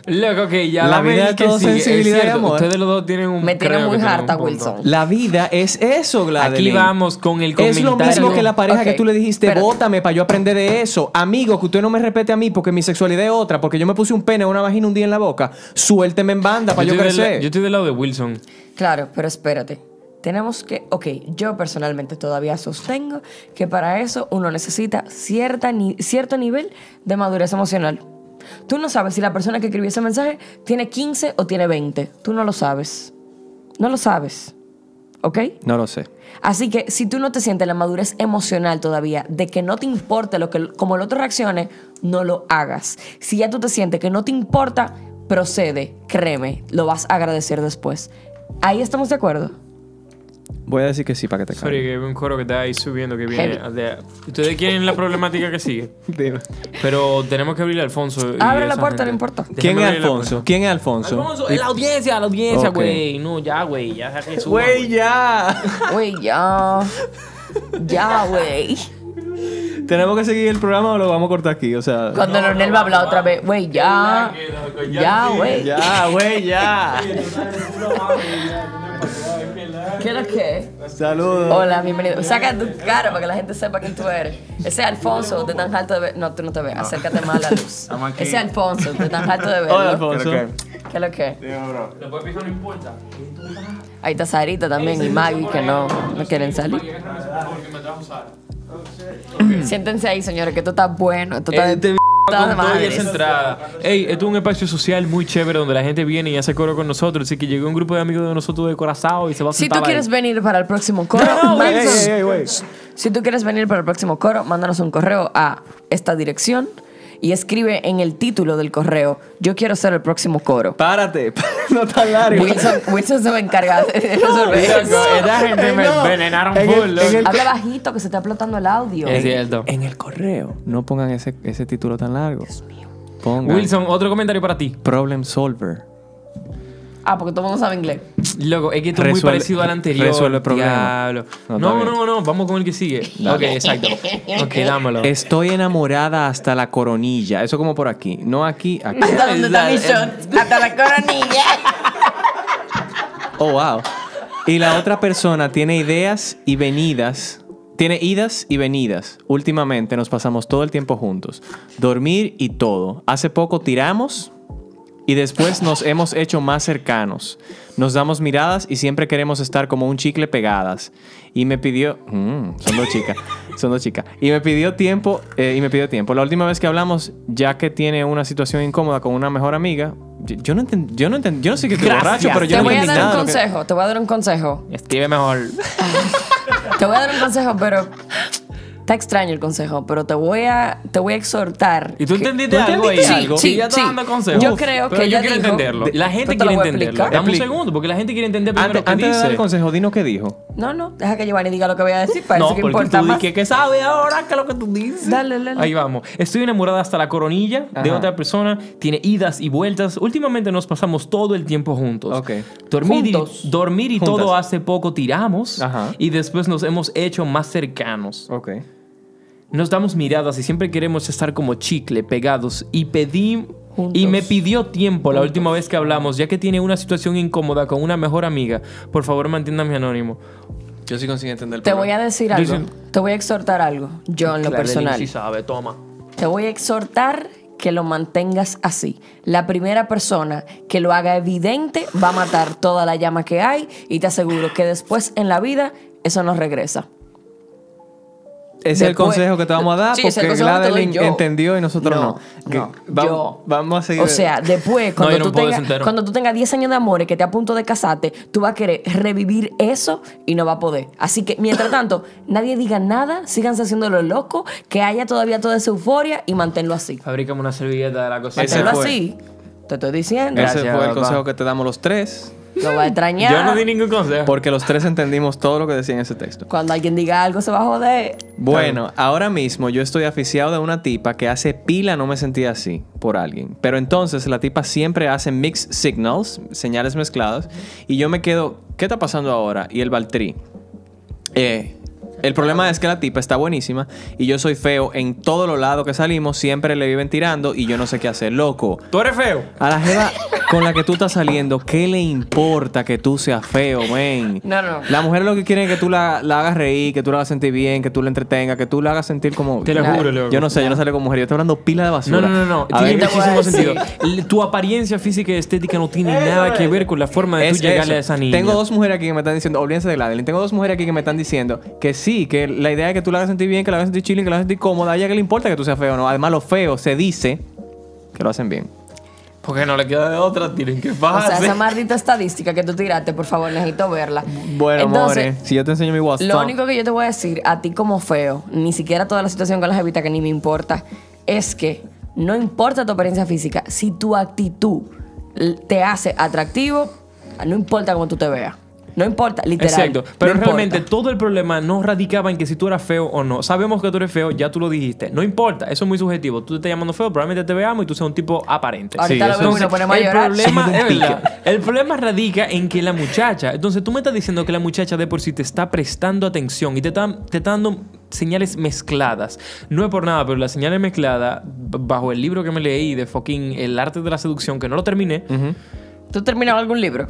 [SPEAKER 1] Loco, que ya.
[SPEAKER 2] La
[SPEAKER 1] dame
[SPEAKER 2] vida
[SPEAKER 1] el
[SPEAKER 2] de
[SPEAKER 1] que
[SPEAKER 2] todo
[SPEAKER 1] sigue. Es
[SPEAKER 2] sensibilidad y
[SPEAKER 1] cierto,
[SPEAKER 2] amor.
[SPEAKER 1] Ustedes los dos tienen un.
[SPEAKER 3] Me tiene
[SPEAKER 1] creo
[SPEAKER 3] muy
[SPEAKER 1] que tienen
[SPEAKER 3] harta,
[SPEAKER 1] un punto.
[SPEAKER 3] Wilson.
[SPEAKER 2] La vida es eso, Gladeline.
[SPEAKER 1] vamos con el
[SPEAKER 2] Es lo
[SPEAKER 1] comentario.
[SPEAKER 2] mismo que la pareja
[SPEAKER 3] Ok,
[SPEAKER 2] que tú le dijiste,
[SPEAKER 3] espérate.
[SPEAKER 2] bótame para yo aprender de eso. Amigo, que usted no me respete a mí porque mi sexualidad es otra, porque yo me puse un pene o una vagina un día en la boca. Suélteme en banda para yo,
[SPEAKER 1] estoy del-
[SPEAKER 2] crecer.
[SPEAKER 1] yo estoy del lado de Wilson.
[SPEAKER 3] Claro, pero espérate. Tenemos que, ok, yo personalmente todavía sostengo que para eso uno necesita cierta ni- cierto nivel de madurez emocional. Tú no sabes si la persona que escribió ese mensaje tiene 15 o tiene 20. Tú no lo sabes. No lo sabes. ¿Ok?
[SPEAKER 2] No lo sé.
[SPEAKER 3] Así que si tú no te sientes la madurez emocional todavía de que no te importa lo que como el otro reaccione, no lo hagas. Si ya tú te sientes que no te importa, procede, créeme, lo vas a agradecer después. Ahí estamos de acuerdo.
[SPEAKER 2] Voy a decir que sí para que te
[SPEAKER 1] Sorry,
[SPEAKER 2] calmes.
[SPEAKER 1] que hay un coro que está ahí subiendo que viene.
[SPEAKER 3] Heavy.
[SPEAKER 1] de- Ustedes quieren la problemática que sigue. Pero tenemos que abrir a Alfonso. y
[SPEAKER 3] Abre la
[SPEAKER 1] esa
[SPEAKER 3] puerta,
[SPEAKER 1] gente.
[SPEAKER 3] no importa.
[SPEAKER 1] Déjame
[SPEAKER 2] ¿Quién es
[SPEAKER 1] abrirle la
[SPEAKER 2] Alfonso? ¿Quién es Alfonso?
[SPEAKER 1] Alfonso, es la audiencia, la audiencia,
[SPEAKER 2] Ok.
[SPEAKER 1] güey. No, ya, güey. Ya saqué su.
[SPEAKER 2] Güey, ya.
[SPEAKER 3] Güey, ya. Ya, güey.
[SPEAKER 2] ¿Tenemos que seguir el programa o lo vamos a cortar aquí? O sea.
[SPEAKER 3] Cuando Leonel va a hablar otra vez, güey, ya. Ya, güey.
[SPEAKER 2] Ya, güey, ya.
[SPEAKER 3] ¿Qué es lo que?
[SPEAKER 2] Saludos.
[SPEAKER 3] Hola, bienvenido. Saca tu cara para que la gente sepa quién tú eres. Ese es Alfonso de tan alto de ver. No, tú no te ves. Acércate más a la luz.
[SPEAKER 5] Estamos aquí.
[SPEAKER 3] Ese es Alfonso de tan alto de ver.
[SPEAKER 4] Hola, Alfonso.
[SPEAKER 2] Creo
[SPEAKER 3] ¿Qué es lo que?
[SPEAKER 5] Dime, bro.
[SPEAKER 3] Ahí está Sarita también y Maggie que no, no quieren salir. Siéntense ahí, señores, que esto está bueno. Esto está de
[SPEAKER 1] Este
[SPEAKER 3] puta
[SPEAKER 1] con todo y
[SPEAKER 3] madre.
[SPEAKER 1] esa entrada. Ey, esto es un espacio social muy chévere donde la gente viene y hace coro con nosotros. Así que llegó un grupo de amigos de nosotros de Corazao y se va a
[SPEAKER 3] Si
[SPEAKER 1] sentar
[SPEAKER 3] tú quieres
[SPEAKER 1] ahí.
[SPEAKER 3] venir para el próximo coro, mándanos- si tú quieres venir para el próximo coro, mándanos un correo a esta dirección y escribe en el título del correo, yo quiero ser el próximo coro.
[SPEAKER 2] Párate, no tan largo.
[SPEAKER 3] Wilson, Wilson se va a encargar de resolver eso.
[SPEAKER 1] Esta gente me envenenaron full. loco.
[SPEAKER 3] Habla bajito que se está explotando el audio.
[SPEAKER 1] Es cierto.
[SPEAKER 2] En el correo. No pongan ese, ese título tan largo. Pongan
[SPEAKER 1] Wilson, otro comentario para ti.
[SPEAKER 2] Problem Solver.
[SPEAKER 3] Ah, porque todo el mundo sabe inglés.
[SPEAKER 1] Loco, es que esto es muy
[SPEAKER 2] Resuelve-
[SPEAKER 1] parecido al anterior.
[SPEAKER 2] resuelve el problema.
[SPEAKER 1] Diablo.
[SPEAKER 2] No,
[SPEAKER 1] No,
[SPEAKER 2] está
[SPEAKER 1] no,
[SPEAKER 2] bien.
[SPEAKER 1] no, Vamos con el que sigue. Ok, exacto. Ok, dámelo.
[SPEAKER 2] Estoy enamorada hasta la coronilla. Eso como por aquí. No aquí, aquí.
[SPEAKER 3] Hasta donde está mi
[SPEAKER 1] Es la-
[SPEAKER 3] shot. Hasta la coronilla.
[SPEAKER 2] Oh, wow. Y la otra persona tiene ideas y venidas. Tiene idas y venidas. Últimamente nos pasamos todo el tiempo juntos. Dormir y todo. Hace poco tiramos y después nos hemos hecho más cercanos. Nos damos miradas y siempre queremos estar como un chicle pegadas. Y me pidió... Mm, son dos chicas. Son dos chicas. Y me pidió tiempo. eh, y me pidió tiempo. La última vez que hablamos, ya que tiene una situación incómoda con una mejor amiga... Yo, yo no enten- Yo no enten- Yo no sé qué estoy borracho, pero yo
[SPEAKER 3] Te
[SPEAKER 2] no
[SPEAKER 3] voy a
[SPEAKER 2] entendí
[SPEAKER 3] dar un
[SPEAKER 2] nada de lo que-
[SPEAKER 3] consejo, te voy a dar un consejo.
[SPEAKER 1] Escribe mejor.
[SPEAKER 3] Te voy a dar un consejo, pero está extraño el consejo, pero te voy a te voy a exhortar.
[SPEAKER 1] ¿Y tú
[SPEAKER 3] que-
[SPEAKER 1] entendiste
[SPEAKER 2] ¿Tú
[SPEAKER 1] algo ahí?
[SPEAKER 2] entendiste
[SPEAKER 3] Sí,
[SPEAKER 1] algo?
[SPEAKER 3] sí,
[SPEAKER 1] Y ya está
[SPEAKER 3] sí.
[SPEAKER 1] dando consejos.
[SPEAKER 3] Yo creo
[SPEAKER 1] Pero
[SPEAKER 3] que
[SPEAKER 1] yo
[SPEAKER 3] ella
[SPEAKER 1] quiero
[SPEAKER 3] dijo-
[SPEAKER 1] entenderlo. La gente
[SPEAKER 3] Yo te lo
[SPEAKER 1] quiere
[SPEAKER 3] voy a
[SPEAKER 1] entenderlo.
[SPEAKER 3] explicar.
[SPEAKER 1] Dame un
[SPEAKER 2] Explica.
[SPEAKER 1] segundo, porque la gente quiere entender primero
[SPEAKER 2] Antes,
[SPEAKER 1] lo que
[SPEAKER 2] antes de dar
[SPEAKER 1] dice.
[SPEAKER 2] el consejo, dinos qué dijo.
[SPEAKER 3] No, no, deja que Giovanni diga lo que voy a decir para
[SPEAKER 1] No,
[SPEAKER 3] eso que
[SPEAKER 1] porque
[SPEAKER 3] importa
[SPEAKER 1] tú
[SPEAKER 3] más.
[SPEAKER 1] dices que sabe ahora que lo que tú dices.
[SPEAKER 3] Dale, dale.
[SPEAKER 1] Ahí vamos. Estoy enamorada hasta la coronilla de
[SPEAKER 2] Ajá.
[SPEAKER 1] otra persona. Tiene idas y vueltas. Últimamente nos pasamos todo el tiempo juntos.
[SPEAKER 2] Ok.
[SPEAKER 1] Dormir
[SPEAKER 3] Juntos.
[SPEAKER 1] y, dormir y
[SPEAKER 2] Juntas.
[SPEAKER 1] todo hace poco tiramos.
[SPEAKER 2] Ajá.
[SPEAKER 1] Y después nos hemos hecho más cercanos.
[SPEAKER 2] Ok.
[SPEAKER 1] Nos damos miradas y siempre queremos estar como chicle, pegados. Y pedí.
[SPEAKER 3] Juntos.
[SPEAKER 1] Y me pidió tiempo la última vez que hablamos, ya que tiene una situación incómoda con una mejor amiga. Por favor, manténganme anónimo.
[SPEAKER 2] Yo sí consigo entender el
[SPEAKER 3] Te voy a decir
[SPEAKER 1] Yo
[SPEAKER 3] algo.
[SPEAKER 1] siento-
[SPEAKER 3] Te voy a exhortar algo, yo en lo
[SPEAKER 1] Claro,
[SPEAKER 3] personal.
[SPEAKER 1] Denis sí sabe, toma.
[SPEAKER 3] Te voy a exhortar que lo mantengas así. La primera persona que lo haga evidente va a matar toda la llama que hay y te aseguro que después en la vida eso no regresa.
[SPEAKER 2] Es el
[SPEAKER 3] Después-
[SPEAKER 2] consejo que te vamos a dar
[SPEAKER 3] Sí, es el
[SPEAKER 2] porque
[SPEAKER 3] consejo que te doy
[SPEAKER 2] Gladeline
[SPEAKER 3] yo.
[SPEAKER 2] entendió y nosotros no.
[SPEAKER 3] No,
[SPEAKER 2] Que-
[SPEAKER 3] no,
[SPEAKER 2] va-
[SPEAKER 3] yo.
[SPEAKER 2] Vamos a seguir.
[SPEAKER 3] O sea, después,
[SPEAKER 1] No,
[SPEAKER 3] cuando,
[SPEAKER 1] yo no
[SPEAKER 3] tú
[SPEAKER 1] puedo
[SPEAKER 3] tengas,
[SPEAKER 1] desentero.
[SPEAKER 3] cuando tú tengas 10 años de amor y que estés a punto de casarte, tú vas a querer revivir eso y no vas a poder. Así que, mientras tanto, nadie diga nada, síganse haciéndolo loco, que haya todavía toda esa euforia y manténlo así.
[SPEAKER 1] Fabricamos una servilleta de la cocina.
[SPEAKER 2] Ese
[SPEAKER 3] Manténlo
[SPEAKER 2] fue.
[SPEAKER 3] así. Te estoy diciendo.
[SPEAKER 2] ese fue
[SPEAKER 1] Gracias,
[SPEAKER 2] el
[SPEAKER 1] papá.
[SPEAKER 2] consejo que te damos los tres
[SPEAKER 3] Lo va a extrañar.
[SPEAKER 1] Yo no di ningún consejo.
[SPEAKER 2] porque los tres entendimos todo lo que decía en ese texto.
[SPEAKER 3] Cuando alguien diga algo se va a joder.
[SPEAKER 2] Bueno, ahora mismo yo estoy aficiado de una tipa que hace pila no me sentía así por alguien. Pero entonces la tipa siempre hace mixed signals, señales mezcladas, y yo me quedo, ¿qué está pasando ahora? Y el Valtrí. Eh, el problema es que la tipa está buenísima y yo soy feo en todos los lados que salimos, siempre le viven tirando y yo no sé qué hacer, loco.
[SPEAKER 1] Tú eres feo.
[SPEAKER 2] A la jeva con la que tú estás saliendo, ¿qué le importa que tú seas feo, men?
[SPEAKER 3] No, no.
[SPEAKER 2] La mujer lo que quiere es que tú la, la hagas reír, que tú la hagas sentir bien, que tú la entretengas, que tú la hagas sentir como...
[SPEAKER 1] Te lo
[SPEAKER 2] Nah,
[SPEAKER 1] juro, loco.
[SPEAKER 2] Yo no sé, yo no salí con mujer, yo estoy hablando pila de basura.
[SPEAKER 1] No, no, no, no.
[SPEAKER 2] A ver,
[SPEAKER 1] Tiene
[SPEAKER 3] te voy a
[SPEAKER 1] muchísimo
[SPEAKER 3] decir.
[SPEAKER 1] sentido. L- Tu apariencia física y estética no tiene nada que ver con la forma de
[SPEAKER 2] es
[SPEAKER 1] tú llegarle
[SPEAKER 2] eso.
[SPEAKER 1] a esa niña.
[SPEAKER 2] Tengo dos mujeres aquí que me están diciendo, olvídense de Gladeline, tengo dos mujeres aquí que me están diciendo que sí, que la idea es que tú la hagas sentir bien, que la hagas sentir chilling, que la hagas sentir cómoda, a ella que le importa que tú seas feo o no. Además, lo feo se dice que lo hacen bien.
[SPEAKER 1] Porque no le queda de otra, tienen que
[SPEAKER 2] Ah,
[SPEAKER 3] O sea,
[SPEAKER 1] fácil.
[SPEAKER 3] esa maldita estadística que tú tiraste, por favor, necesito verla.
[SPEAKER 2] Bueno,
[SPEAKER 3] Entonces,
[SPEAKER 2] amores, si yo te enseño mi WhatsApp...
[SPEAKER 3] Lo único que yo te voy a decir a ti como feo, ni siquiera toda la situación con las evitas que ni me importa, es que no importa tu apariencia física, si tu actitud l- te hace atractivo, no importa cómo tú te veas. No importa, literal.
[SPEAKER 1] Exacto.
[SPEAKER 3] no
[SPEAKER 1] Pero
[SPEAKER 3] importa.
[SPEAKER 1] realmente todo el problema no radicaba en que si tú eras feo o no. Sabemos que tú eres feo, ya tú lo dijiste. No importa, eso es muy subjetivo. Tú te estás llamando feo, probablemente te veamos y tú seas un tipo aparente.
[SPEAKER 3] Ahorita
[SPEAKER 1] Sí,
[SPEAKER 3] lo
[SPEAKER 1] eso-
[SPEAKER 3] vemos y nos ponemos a
[SPEAKER 1] el
[SPEAKER 3] llorar.
[SPEAKER 1] problema,
[SPEAKER 2] Somos un
[SPEAKER 1] es verdad, el problema radica en que la muchacha. Entonces tú me estás diciendo que la muchacha de por sí te está prestando atención y te está, te está dando señales mezcladas. No es por nada, pero las señales mezcladas, b- bajo el libro que me leí de fucking El arte de la seducción, que no lo terminé.
[SPEAKER 3] ¿Tú terminas algún libro?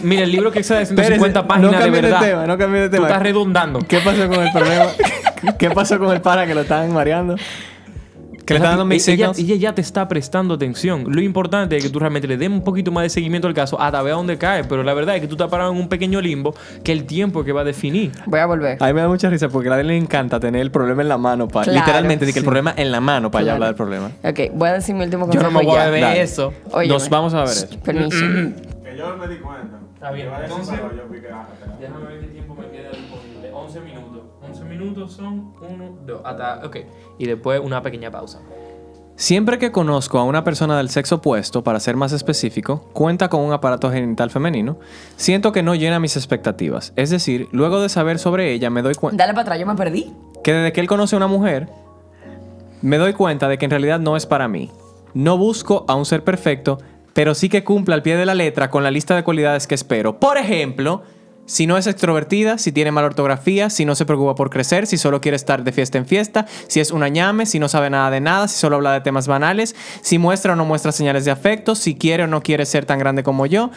[SPEAKER 1] Mira, el libro que sea de 150 páginas de
[SPEAKER 2] cambies
[SPEAKER 1] verdad.
[SPEAKER 2] tema, no cambies de
[SPEAKER 1] Tú
[SPEAKER 2] tema.
[SPEAKER 1] estás redundando.
[SPEAKER 2] ¿Qué pasó con el problema? ¿Qué pasó con el para que lo estaban mareando? Que le
[SPEAKER 1] O sea,
[SPEAKER 2] estaban dando mixed
[SPEAKER 1] ella,
[SPEAKER 2] signals.
[SPEAKER 1] ella ya te está prestando atención. Lo importante es que tú realmente le des un poquito más de seguimiento al caso hasta ver a dónde cae. Pero la verdad es que tú estás parado en un pequeño limbo que el tiempo que va a definir.
[SPEAKER 3] Voy a volver.
[SPEAKER 2] A mí me da mucha risa porque a él le encanta tener el problema en la mano. Pa,
[SPEAKER 3] Claro,
[SPEAKER 2] literalmente, de que el
[SPEAKER 3] sí.
[SPEAKER 2] problema en la mano para ya
[SPEAKER 3] Claro.
[SPEAKER 2] hablar del problema.
[SPEAKER 3] Ok, voy a decir mi último
[SPEAKER 1] Yo
[SPEAKER 3] consejo.
[SPEAKER 1] no me voy
[SPEAKER 3] ya.
[SPEAKER 1] a beber
[SPEAKER 2] Dale.
[SPEAKER 1] eso.
[SPEAKER 3] Óyeme.
[SPEAKER 2] Nos vamos a ver eso.
[SPEAKER 3] Permiso.
[SPEAKER 5] Que yo me di cuenta.
[SPEAKER 1] Está bien,
[SPEAKER 5] Que va a decir,
[SPEAKER 1] entonces-
[SPEAKER 5] pero yo fui que ah, te la-
[SPEAKER 1] Déjame ver qué tiempo me queda disponible. 11 minutos. 11 minutos son 1, 2. Hasta. Ok. Y después una pequeña pausa.
[SPEAKER 2] Siempre que conozco a una persona del sexo opuesto, para ser más específico, cuenta con un aparato genital femenino, siento que no llena mis expectativas. Es decir, luego de saber sobre ella, me doy cuenta
[SPEAKER 3] Dale para atrás, yo me perdí.
[SPEAKER 2] que desde que él conoce a una mujer, me doy cuenta de que en realidad no es para mí. No busco a un ser perfecto, pero sí que cumpla al pie de la letra con la lista de cualidades que espero. Por ejemplo, si no es extrovertida, si tiene mala ortografía, si no se preocupa por crecer, si solo quiere estar de fiesta en fiesta, si es un añame, si no sabe nada de nada, si solo habla de temas banales, si muestra o no muestra señales de afecto, si quiere o no quiere ser tan grande como yo.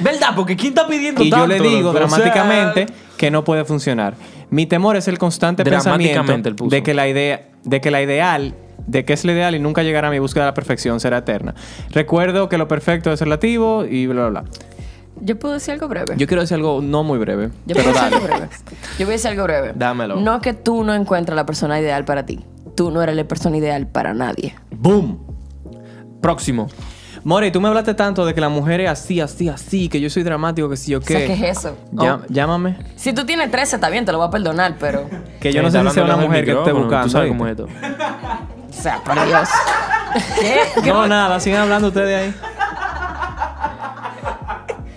[SPEAKER 1] ¿Verdad? Porque ¿quién está pidiendo
[SPEAKER 2] Y yo
[SPEAKER 1] tanto,
[SPEAKER 2] le
[SPEAKER 1] loco?
[SPEAKER 2] digo
[SPEAKER 1] O sea,
[SPEAKER 2] dramáticamente que no puede funcionar. Mi temor es el constante
[SPEAKER 1] Dramáticamente
[SPEAKER 2] pensamiento
[SPEAKER 1] él puso.
[SPEAKER 2] de que la idea, de que la ideal, de que es la ideal y nunca llegará a mi búsqueda de la perfección será eterna. Recuerdo que lo perfecto es relativo y bla bla bla.
[SPEAKER 3] Yo puedo decir algo breve.
[SPEAKER 2] Yo quiero decir algo no muy breve,
[SPEAKER 3] Yo
[SPEAKER 2] pero
[SPEAKER 3] voy a decir
[SPEAKER 2] dale.
[SPEAKER 3] algo breve. Yo voy a decir algo breve.
[SPEAKER 2] Dámelo.
[SPEAKER 3] No es que tú no encuentres la persona ideal para ti. Tú no eres la persona ideal para nadie.
[SPEAKER 2] Boom.
[SPEAKER 1] Próximo.
[SPEAKER 2] More, tú me hablaste tanto de que la mujer es así, así, así, que yo soy dramático, que si yo
[SPEAKER 3] O sea,
[SPEAKER 2] qué.
[SPEAKER 3] ¿qué es eso? Oh,
[SPEAKER 1] Oh.
[SPEAKER 2] Llá- Llámame.
[SPEAKER 3] Si tú tienes 13, está bien, te lo voy a perdonar, pero.
[SPEAKER 2] Que yo no
[SPEAKER 1] Eh,
[SPEAKER 2] sé si
[SPEAKER 1] está
[SPEAKER 2] sea una
[SPEAKER 1] hablando
[SPEAKER 2] mujer que esté
[SPEAKER 1] micrófono,
[SPEAKER 2] buscando.
[SPEAKER 1] Tú sabes
[SPEAKER 2] ¿oíste?
[SPEAKER 1] cómo es esto.
[SPEAKER 3] O sea, por Dios. ¿Qué?
[SPEAKER 2] No, nada, sigan hablando ustedes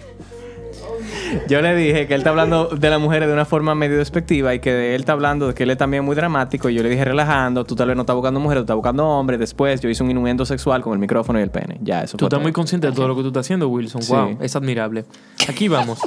[SPEAKER 2] ahí. Yo le dije que él está hablando de las mujeres de una forma medio despectiva y que él está hablando de que él es también muy dramático. Y yo le dije relajando, tú tal vez no estás buscando mujeres, tú estás buscando hombres. Después yo hice un innuendo sexual con el micrófono y el pene. Ya, eso
[SPEAKER 1] Tú
[SPEAKER 2] fue
[SPEAKER 1] estás
[SPEAKER 2] todo.
[SPEAKER 1] muy consciente de todo lo que tú estás haciendo, Wilson.
[SPEAKER 2] Sí.
[SPEAKER 1] Wow, es admirable. Aquí vamos.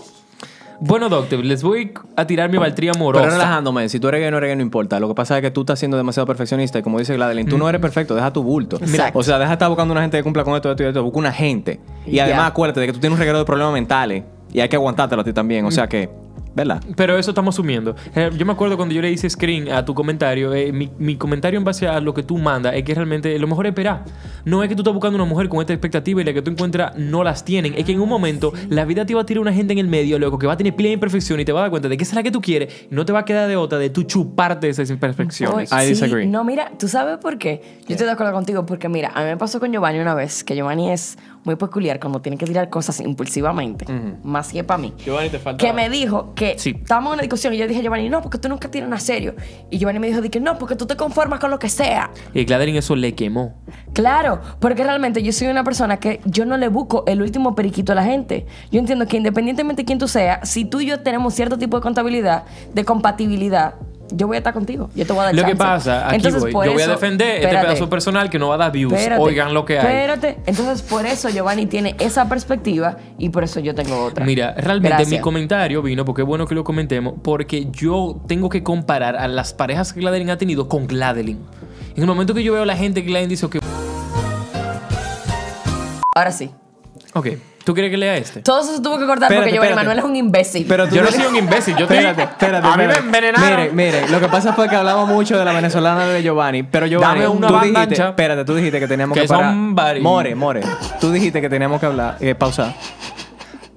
[SPEAKER 1] bueno, Doctor, les voy a tirar mi valtría amorosa.
[SPEAKER 2] Pero relajándome, si tú eres gay o no eres gay, no importa. Lo que pasa es que tú estás siendo demasiado perfeccionista y como dice Gladeline, tú no eres perfecto, deja tu bulto.
[SPEAKER 3] Exacto.
[SPEAKER 2] O sea, deja de estar buscando una gente que cumpla con esto, esto y esto. Busca una gente. Y
[SPEAKER 3] Ya.
[SPEAKER 2] además acuérdate de que tú tienes un reguero de problemas mentales y hay que aguantártelo a ti también. O
[SPEAKER 3] Mm.
[SPEAKER 2] sea que, ¿verdad?
[SPEAKER 1] Pero eso estamos asumiendo. Eh, Yo me acuerdo cuando yo le hice screen a tu comentario, eh, mi, mi comentario en base a lo que tú mandas es que realmente lo mejor es esperar. No es que tú estás buscando una mujer con esta expectativa y la que tú encuentras no las tienen. Es que en un momento la vida te va a tirar una gente en el medio, loco, que va a tener pila de imperfección y te va a dar cuenta de que esa es la que tú quieres. Y no te va a quedar de otra de tú chuparte esas imperfecciones.
[SPEAKER 2] I
[SPEAKER 3] Sí,
[SPEAKER 2] disagree.
[SPEAKER 3] No, mira, tú sabes por qué. Yo estoy de acuerdo contigo, porque mira, a mí me pasó con Giovanni una vez que Giovanni es muy peculiar cuando tiene que tirar cosas impulsivamente. Más que para mí.
[SPEAKER 4] Giovanni, te falta.
[SPEAKER 3] Que me dijo que
[SPEAKER 1] Sí.
[SPEAKER 3] estábamos en una discusión y yo dije, Giovanni, no, porque tú nunca tiras nada serio. Y Giovanni me dijo, de que no, porque tú te conformas con lo que sea.
[SPEAKER 1] Y Gladeline eso le quemó.
[SPEAKER 3] Claro, porque realmente yo soy una persona que yo no le busco el último periquito a la gente. Yo entiendo que independientemente de quién tú seas, si tú y yo tenemos cierto tipo de contabilidad, de compatibilidad, yo voy a estar contigo. Yo te voy a dar
[SPEAKER 1] Lo que
[SPEAKER 3] chance.
[SPEAKER 1] pasa, aquí
[SPEAKER 3] Entonces,
[SPEAKER 1] voy. Yo
[SPEAKER 3] por
[SPEAKER 1] voy a
[SPEAKER 3] eso-
[SPEAKER 1] defender este
[SPEAKER 3] espérate,
[SPEAKER 1] pedazo personal que no va a dar views.
[SPEAKER 3] espérate,
[SPEAKER 1] Oigan lo que hay.
[SPEAKER 3] Espérate. Entonces, por eso Giovanni tiene esa perspectiva y por eso yo tengo otra.
[SPEAKER 1] Mira, realmente mi
[SPEAKER 3] Gracias.
[SPEAKER 1] comentario vino, porque es bueno que lo comentemos, porque yo tengo que comparar a las parejas que Gladeline ha tenido con Gladeline. En el momento que yo veo a la gente que Gladeline dice, ok,
[SPEAKER 3] Ahora sí.
[SPEAKER 1] ok, ¿tú quieres que lea este?
[SPEAKER 3] Todo eso se tuvo que cortar
[SPEAKER 2] Espérate,
[SPEAKER 3] porque Giovanni
[SPEAKER 2] espérate.
[SPEAKER 3] Manuel es un imbécil.
[SPEAKER 2] Pero tú
[SPEAKER 1] Yo no
[SPEAKER 2] eres-
[SPEAKER 1] soy un imbécil, yo estoy-
[SPEAKER 2] espérate, espérate,
[SPEAKER 1] A mí me
[SPEAKER 2] espérate.
[SPEAKER 1] envenenaron.
[SPEAKER 2] Mire, mire, lo que pasa fue que hablamos mucho de la venezolana de Giovanni, pero Giovanni,
[SPEAKER 1] Dame una
[SPEAKER 2] tú
[SPEAKER 1] banda
[SPEAKER 2] dijiste,
[SPEAKER 1] ancha.
[SPEAKER 2] espérate, tú dijiste que teníamos que,
[SPEAKER 1] Que
[SPEAKER 2] parar.
[SPEAKER 1] somebody.
[SPEAKER 2] More, more. Tú dijiste que teníamos que hablar, eh, pausar.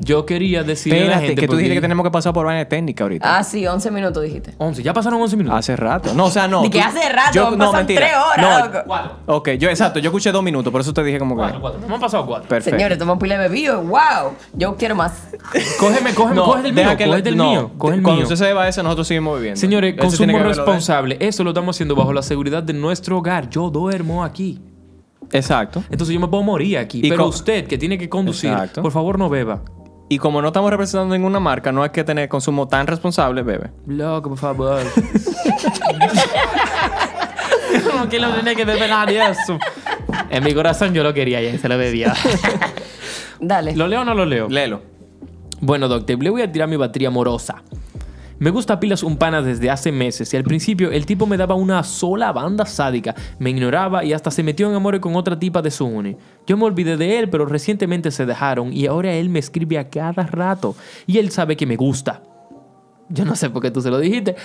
[SPEAKER 1] Yo quería decirle a la
[SPEAKER 2] Espérate,
[SPEAKER 1] gente...
[SPEAKER 2] que tú
[SPEAKER 1] porque-
[SPEAKER 2] dijiste que tenemos que pasar por vaina técnica ahorita.
[SPEAKER 3] ah, sí, 11 minutos dijiste.
[SPEAKER 1] 11, ya pasaron 11 minutos.
[SPEAKER 2] Hace rato. No, o sea, no.
[SPEAKER 3] Di que
[SPEAKER 2] tú-
[SPEAKER 3] hace rato,
[SPEAKER 2] yo-
[SPEAKER 3] pasan tres horas, loco.
[SPEAKER 2] No, ok, yo exacto, yo escuché dos minutos, por eso te dije como que.
[SPEAKER 1] Cuatro, cuatro. Hemos pasado cuatro.
[SPEAKER 2] Perfecto.
[SPEAKER 3] Señores, toman pila de bebido. ¡Wow! Yo quiero más.
[SPEAKER 1] Cógeme, cógeme,
[SPEAKER 2] No,
[SPEAKER 1] coge del
[SPEAKER 2] deja
[SPEAKER 1] mío,
[SPEAKER 2] que-
[SPEAKER 1] coge del
[SPEAKER 2] no,
[SPEAKER 1] mío, coge el
[SPEAKER 2] Cuando
[SPEAKER 1] mío.
[SPEAKER 2] usted se va eso, nosotros seguimos viviendo.
[SPEAKER 1] Señores,
[SPEAKER 2] Eso tiene
[SPEAKER 1] consumo
[SPEAKER 2] que verlo ¿eh? de-
[SPEAKER 1] responsable. Eso lo estamos haciendo bajo la seguridad de nuestro hogar. Yo duermo aquí.
[SPEAKER 2] Exacto.
[SPEAKER 1] Entonces yo me puedo morir aquí.
[SPEAKER 2] Y
[SPEAKER 1] Pero
[SPEAKER 2] co-
[SPEAKER 1] usted que tiene que conducir,
[SPEAKER 2] Exacto.
[SPEAKER 1] por favor no beba.
[SPEAKER 2] Y como no estamos representando ninguna marca, no hay que tener consumo tan responsable, bebé.
[SPEAKER 1] Loco, por favor. no quiero tener que beber nada de eso. En mi corazón yo lo quería y se lo bebía.
[SPEAKER 3] Dale.
[SPEAKER 1] ¿Lo leo o no lo leo?
[SPEAKER 2] Léelo.
[SPEAKER 1] bueno, doctor, le voy a tirar mi batería amorosa. Me gusta pilas un pana desde hace meses y al principio el tipo me daba una sola banda sádica, me ignoraba y hasta se metió en amores con otra tipa de su uni. Yo me olvidé de él, pero recientemente se dejaron y ahora él me escribe a cada rato y él sabe que me gusta. Yo no sé por qué tú se lo dijiste.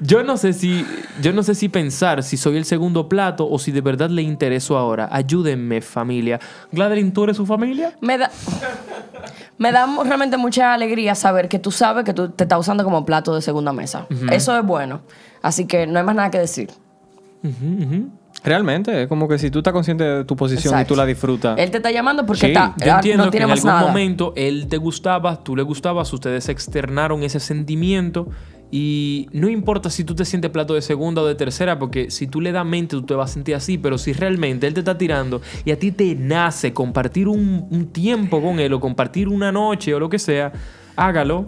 [SPEAKER 1] Yo no sé si yo no sé si pensar si soy el segundo plato o si de verdad le intereso ahora. Ayúdenme, familia. Gladeline, ¿tú eres su familia?
[SPEAKER 3] Me da, me da mu- realmente mucha alegría saber que tú sabes que tú te estás usando como plato de segunda mesa. Eso es bueno. Así que no hay más nada que decir.
[SPEAKER 2] Realmente, es como que si tú estás consciente de tu posición y
[SPEAKER 3] Exacto.
[SPEAKER 2] tú la disfrutas.
[SPEAKER 3] Él te está llamando porque
[SPEAKER 2] Sí,
[SPEAKER 3] está,
[SPEAKER 1] Yo
[SPEAKER 3] ah,
[SPEAKER 1] entiendo
[SPEAKER 3] no
[SPEAKER 1] que
[SPEAKER 3] tiene
[SPEAKER 1] en
[SPEAKER 3] más
[SPEAKER 1] algún
[SPEAKER 3] nada.
[SPEAKER 1] momento él te gustaba, tú le gustabas, ustedes externaron ese sentimiento y no importa si tú te sientes plato de segunda o de tercera, porque si tú le das mente tú te vas a sentir así, pero si realmente él te está tirando y a ti te nace compartir un, un tiempo con él o compartir una noche o lo que sea, hágalo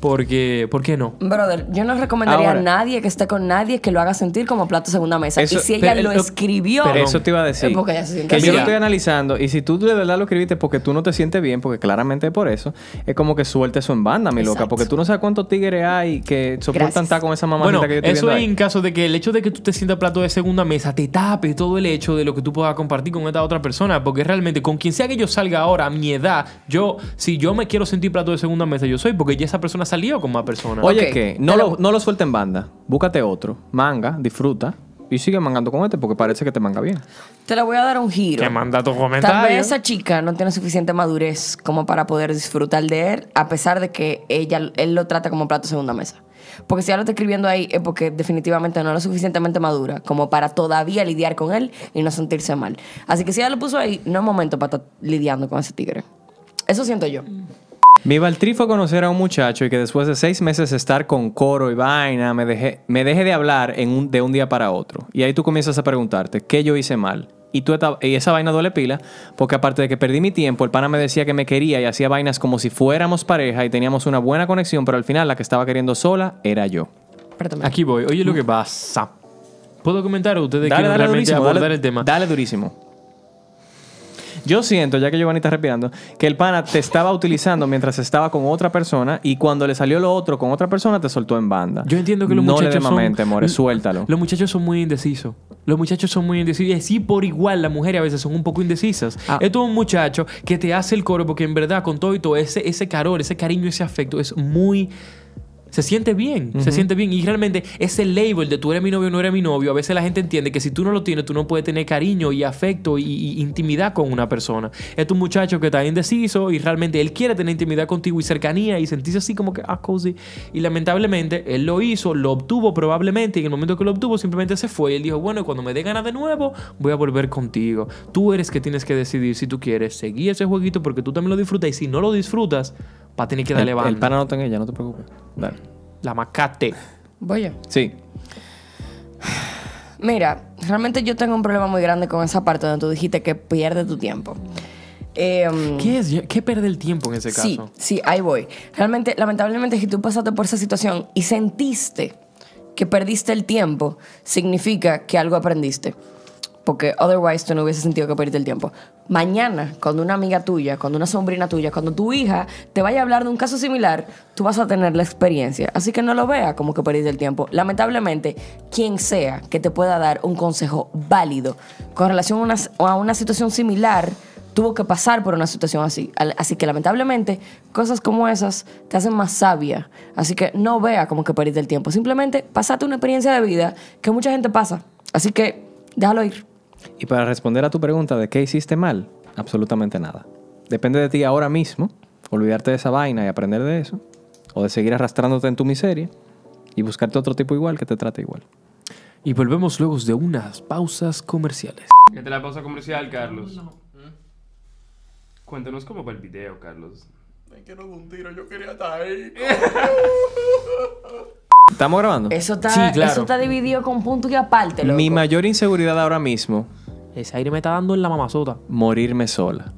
[SPEAKER 1] porque, ¿por qué no?
[SPEAKER 3] Brother, yo no recomendaría
[SPEAKER 2] Ahora.
[SPEAKER 3] a nadie que esté con nadie que lo haga sentir como plato de segunda mesa.
[SPEAKER 2] Eso-
[SPEAKER 3] y si ella
[SPEAKER 2] pero-
[SPEAKER 3] lo
[SPEAKER 2] lo-
[SPEAKER 3] escribió,
[SPEAKER 2] Pero eso te iba a decir.
[SPEAKER 3] es porque ella se siente
[SPEAKER 2] Que
[SPEAKER 3] así.
[SPEAKER 2] yo lo
[SPEAKER 1] Mira.
[SPEAKER 2] estoy analizando. Y si tú de verdad lo escribiste porque tú no te sientes bien, porque claramente es por eso, es como que suelte eso en banda, mi loca.
[SPEAKER 3] Exacto.
[SPEAKER 2] Porque tú no sabes cuántos tigres hay que soportan
[SPEAKER 3] Gracias.
[SPEAKER 2] estar con esa mamacita
[SPEAKER 1] Bueno,
[SPEAKER 2] que yo estoy
[SPEAKER 1] eso
[SPEAKER 2] viendo
[SPEAKER 1] es
[SPEAKER 2] ahí.
[SPEAKER 1] en caso de que el hecho de que tú te sientas plato de segunda mesa te tape todo el hecho de lo que tú puedas compartir con esta otra persona, porque realmente con quien sea que yo salga ahora, a mi edad, yo, si yo me quiero sentir plato de segunda mesa, yo soy, porque ya esa persona salió con más personas.
[SPEAKER 2] Oye,
[SPEAKER 3] Ok,
[SPEAKER 2] que
[SPEAKER 3] te
[SPEAKER 2] no
[SPEAKER 3] lo-
[SPEAKER 2] lo, no lo suelte en banda. Búscate otro. Manga, disfruta. Y sigue mangando con este porque parece que te manga bien.
[SPEAKER 3] Te la voy a dar un giro.
[SPEAKER 1] que manda tu
[SPEAKER 3] Tal
[SPEAKER 1] comentario.
[SPEAKER 3] vez esa chica no tiene suficiente madurez como para poder disfrutar de él, a pesar de que ella, él lo trata como plato de segunda mesa. Porque si ya lo está escribiendo ahí es porque definitivamente no es lo suficientemente madura como para todavía lidiar con él y no sentirse mal. Así que si ella lo puso ahí, no es momento para estar lidiando con ese tigre. Eso siento yo.
[SPEAKER 2] Mi Baltri fue conocer a un muchacho y que después de seis meses de estar con coro y vaina, me dejé, me dejé de hablar en un- de un día para otro. Y ahí tú comienzas a preguntarte, ¿qué yo hice mal? Y, tú esta- y esa vaina doble pila, porque aparte de que perdí mi tiempo, el pana me decía que me quería y hacía vainas como si fuéramos pareja y teníamos una buena conexión, pero al final la que estaba queriendo sola era yo.
[SPEAKER 3] Espérate.
[SPEAKER 1] Aquí voy. Oye, lo que pasa. ¿Puedo comentar o ustedes quieren realmente
[SPEAKER 2] durísimo,
[SPEAKER 1] abordar
[SPEAKER 2] dale-
[SPEAKER 1] el tema?
[SPEAKER 2] Dale durísimo. Yo siento, ya que Giovanni está respirando, que el pana te estaba utilizando mientras estaba con otra persona y cuando le salió lo otro con otra persona te soltó en banda.
[SPEAKER 1] Yo entiendo que los
[SPEAKER 2] no
[SPEAKER 1] muchachos
[SPEAKER 2] le dé más
[SPEAKER 1] son-
[SPEAKER 2] mente, more, suéltalo.
[SPEAKER 1] Los muchachos son muy indecisos. Los muchachos son muy indecisos. Y así por igual las mujeres a veces son un poco indecisas.
[SPEAKER 2] Ah.
[SPEAKER 1] Esto es un muchacho que te hace el coro porque en verdad con todo y todo ese, ese calor, ese cariño, ese afecto es muy... Se siente bien, se siente bien. Y realmente ese label de tú eres mi novio no eres mi novio, a veces la gente entiende que si tú no lo tienes, tú no puedes tener cariño y afecto y, y intimidad con una persona. Es un muchacho que está indeciso y realmente él quiere tener intimidad contigo y cercanía y sentirse así como que, ah, cozy. Y lamentablemente él lo hizo, lo obtuvo probablemente y en el momento que lo obtuvo simplemente se fue. Y él dijo, bueno, cuando me dé ganas de nuevo, voy a volver contigo. Tú eres que tienes que decidir si tú quieres seguir ese jueguito porque tú también lo disfrutas y si no lo disfrutas, va a tener que
[SPEAKER 2] el,
[SPEAKER 1] darle
[SPEAKER 2] el
[SPEAKER 1] banda.
[SPEAKER 2] pana no está en ella, no te preocupes. Dale.
[SPEAKER 1] La macate.
[SPEAKER 3] Voy yo.
[SPEAKER 2] Sí.
[SPEAKER 3] Mira, realmente yo tengo un problema muy grande con esa parte donde tú dijiste que pierde tu tiempo. Em,
[SPEAKER 1] ¿Qué es? ¿Qué pierde el tiempo en ese caso?
[SPEAKER 3] Sí, sí, ahí voy. Realmente, lamentablemente, si tú pasaste por esa situación y sentiste que perdiste el tiempo, significa que algo aprendiste. Porque otherwise tú no hubieses sentido que perdiste el tiempo. Mañana, cuando una amiga tuya, cuando una sobrina tuya, cuando tu hija te vaya a hablar de un caso similar, tú vas a tener la experiencia. Así que no lo veas como que perdiste el tiempo. Lamentablemente, quien sea que te pueda dar un consejo válido con relación a una, a una situación similar, tuvo que pasar por una situación así. Al- Así que lamentablemente, cosas como esas te hacen más sabia. Así que no vea como que perdiste el tiempo. Simplemente pasate una experiencia de vida que mucha gente pasa. Así que déjalo ir.
[SPEAKER 2] Y para responder a tu pregunta de qué hiciste mal, absolutamente nada. Depende de ti ahora mismo, olvidarte de esa vaina y aprender de eso, o de seguir arrastrándote en tu miseria y buscarte otro tipo igual que te trate igual.
[SPEAKER 1] Y volvemos luego de unas pausas comerciales.
[SPEAKER 6] ¿Qué te la pausa comercial, Carlos? Cuéntanos cómo va el video, Carlos.
[SPEAKER 2] ¿Estamos grabando?
[SPEAKER 3] Eso está,
[SPEAKER 1] Sí, claro.
[SPEAKER 3] eso está dividido con punto y aparte. Loco.
[SPEAKER 2] Mi mayor inseguridad ahora mismo,
[SPEAKER 1] Ese aire me está dando en la mamazota.
[SPEAKER 2] morirme sola.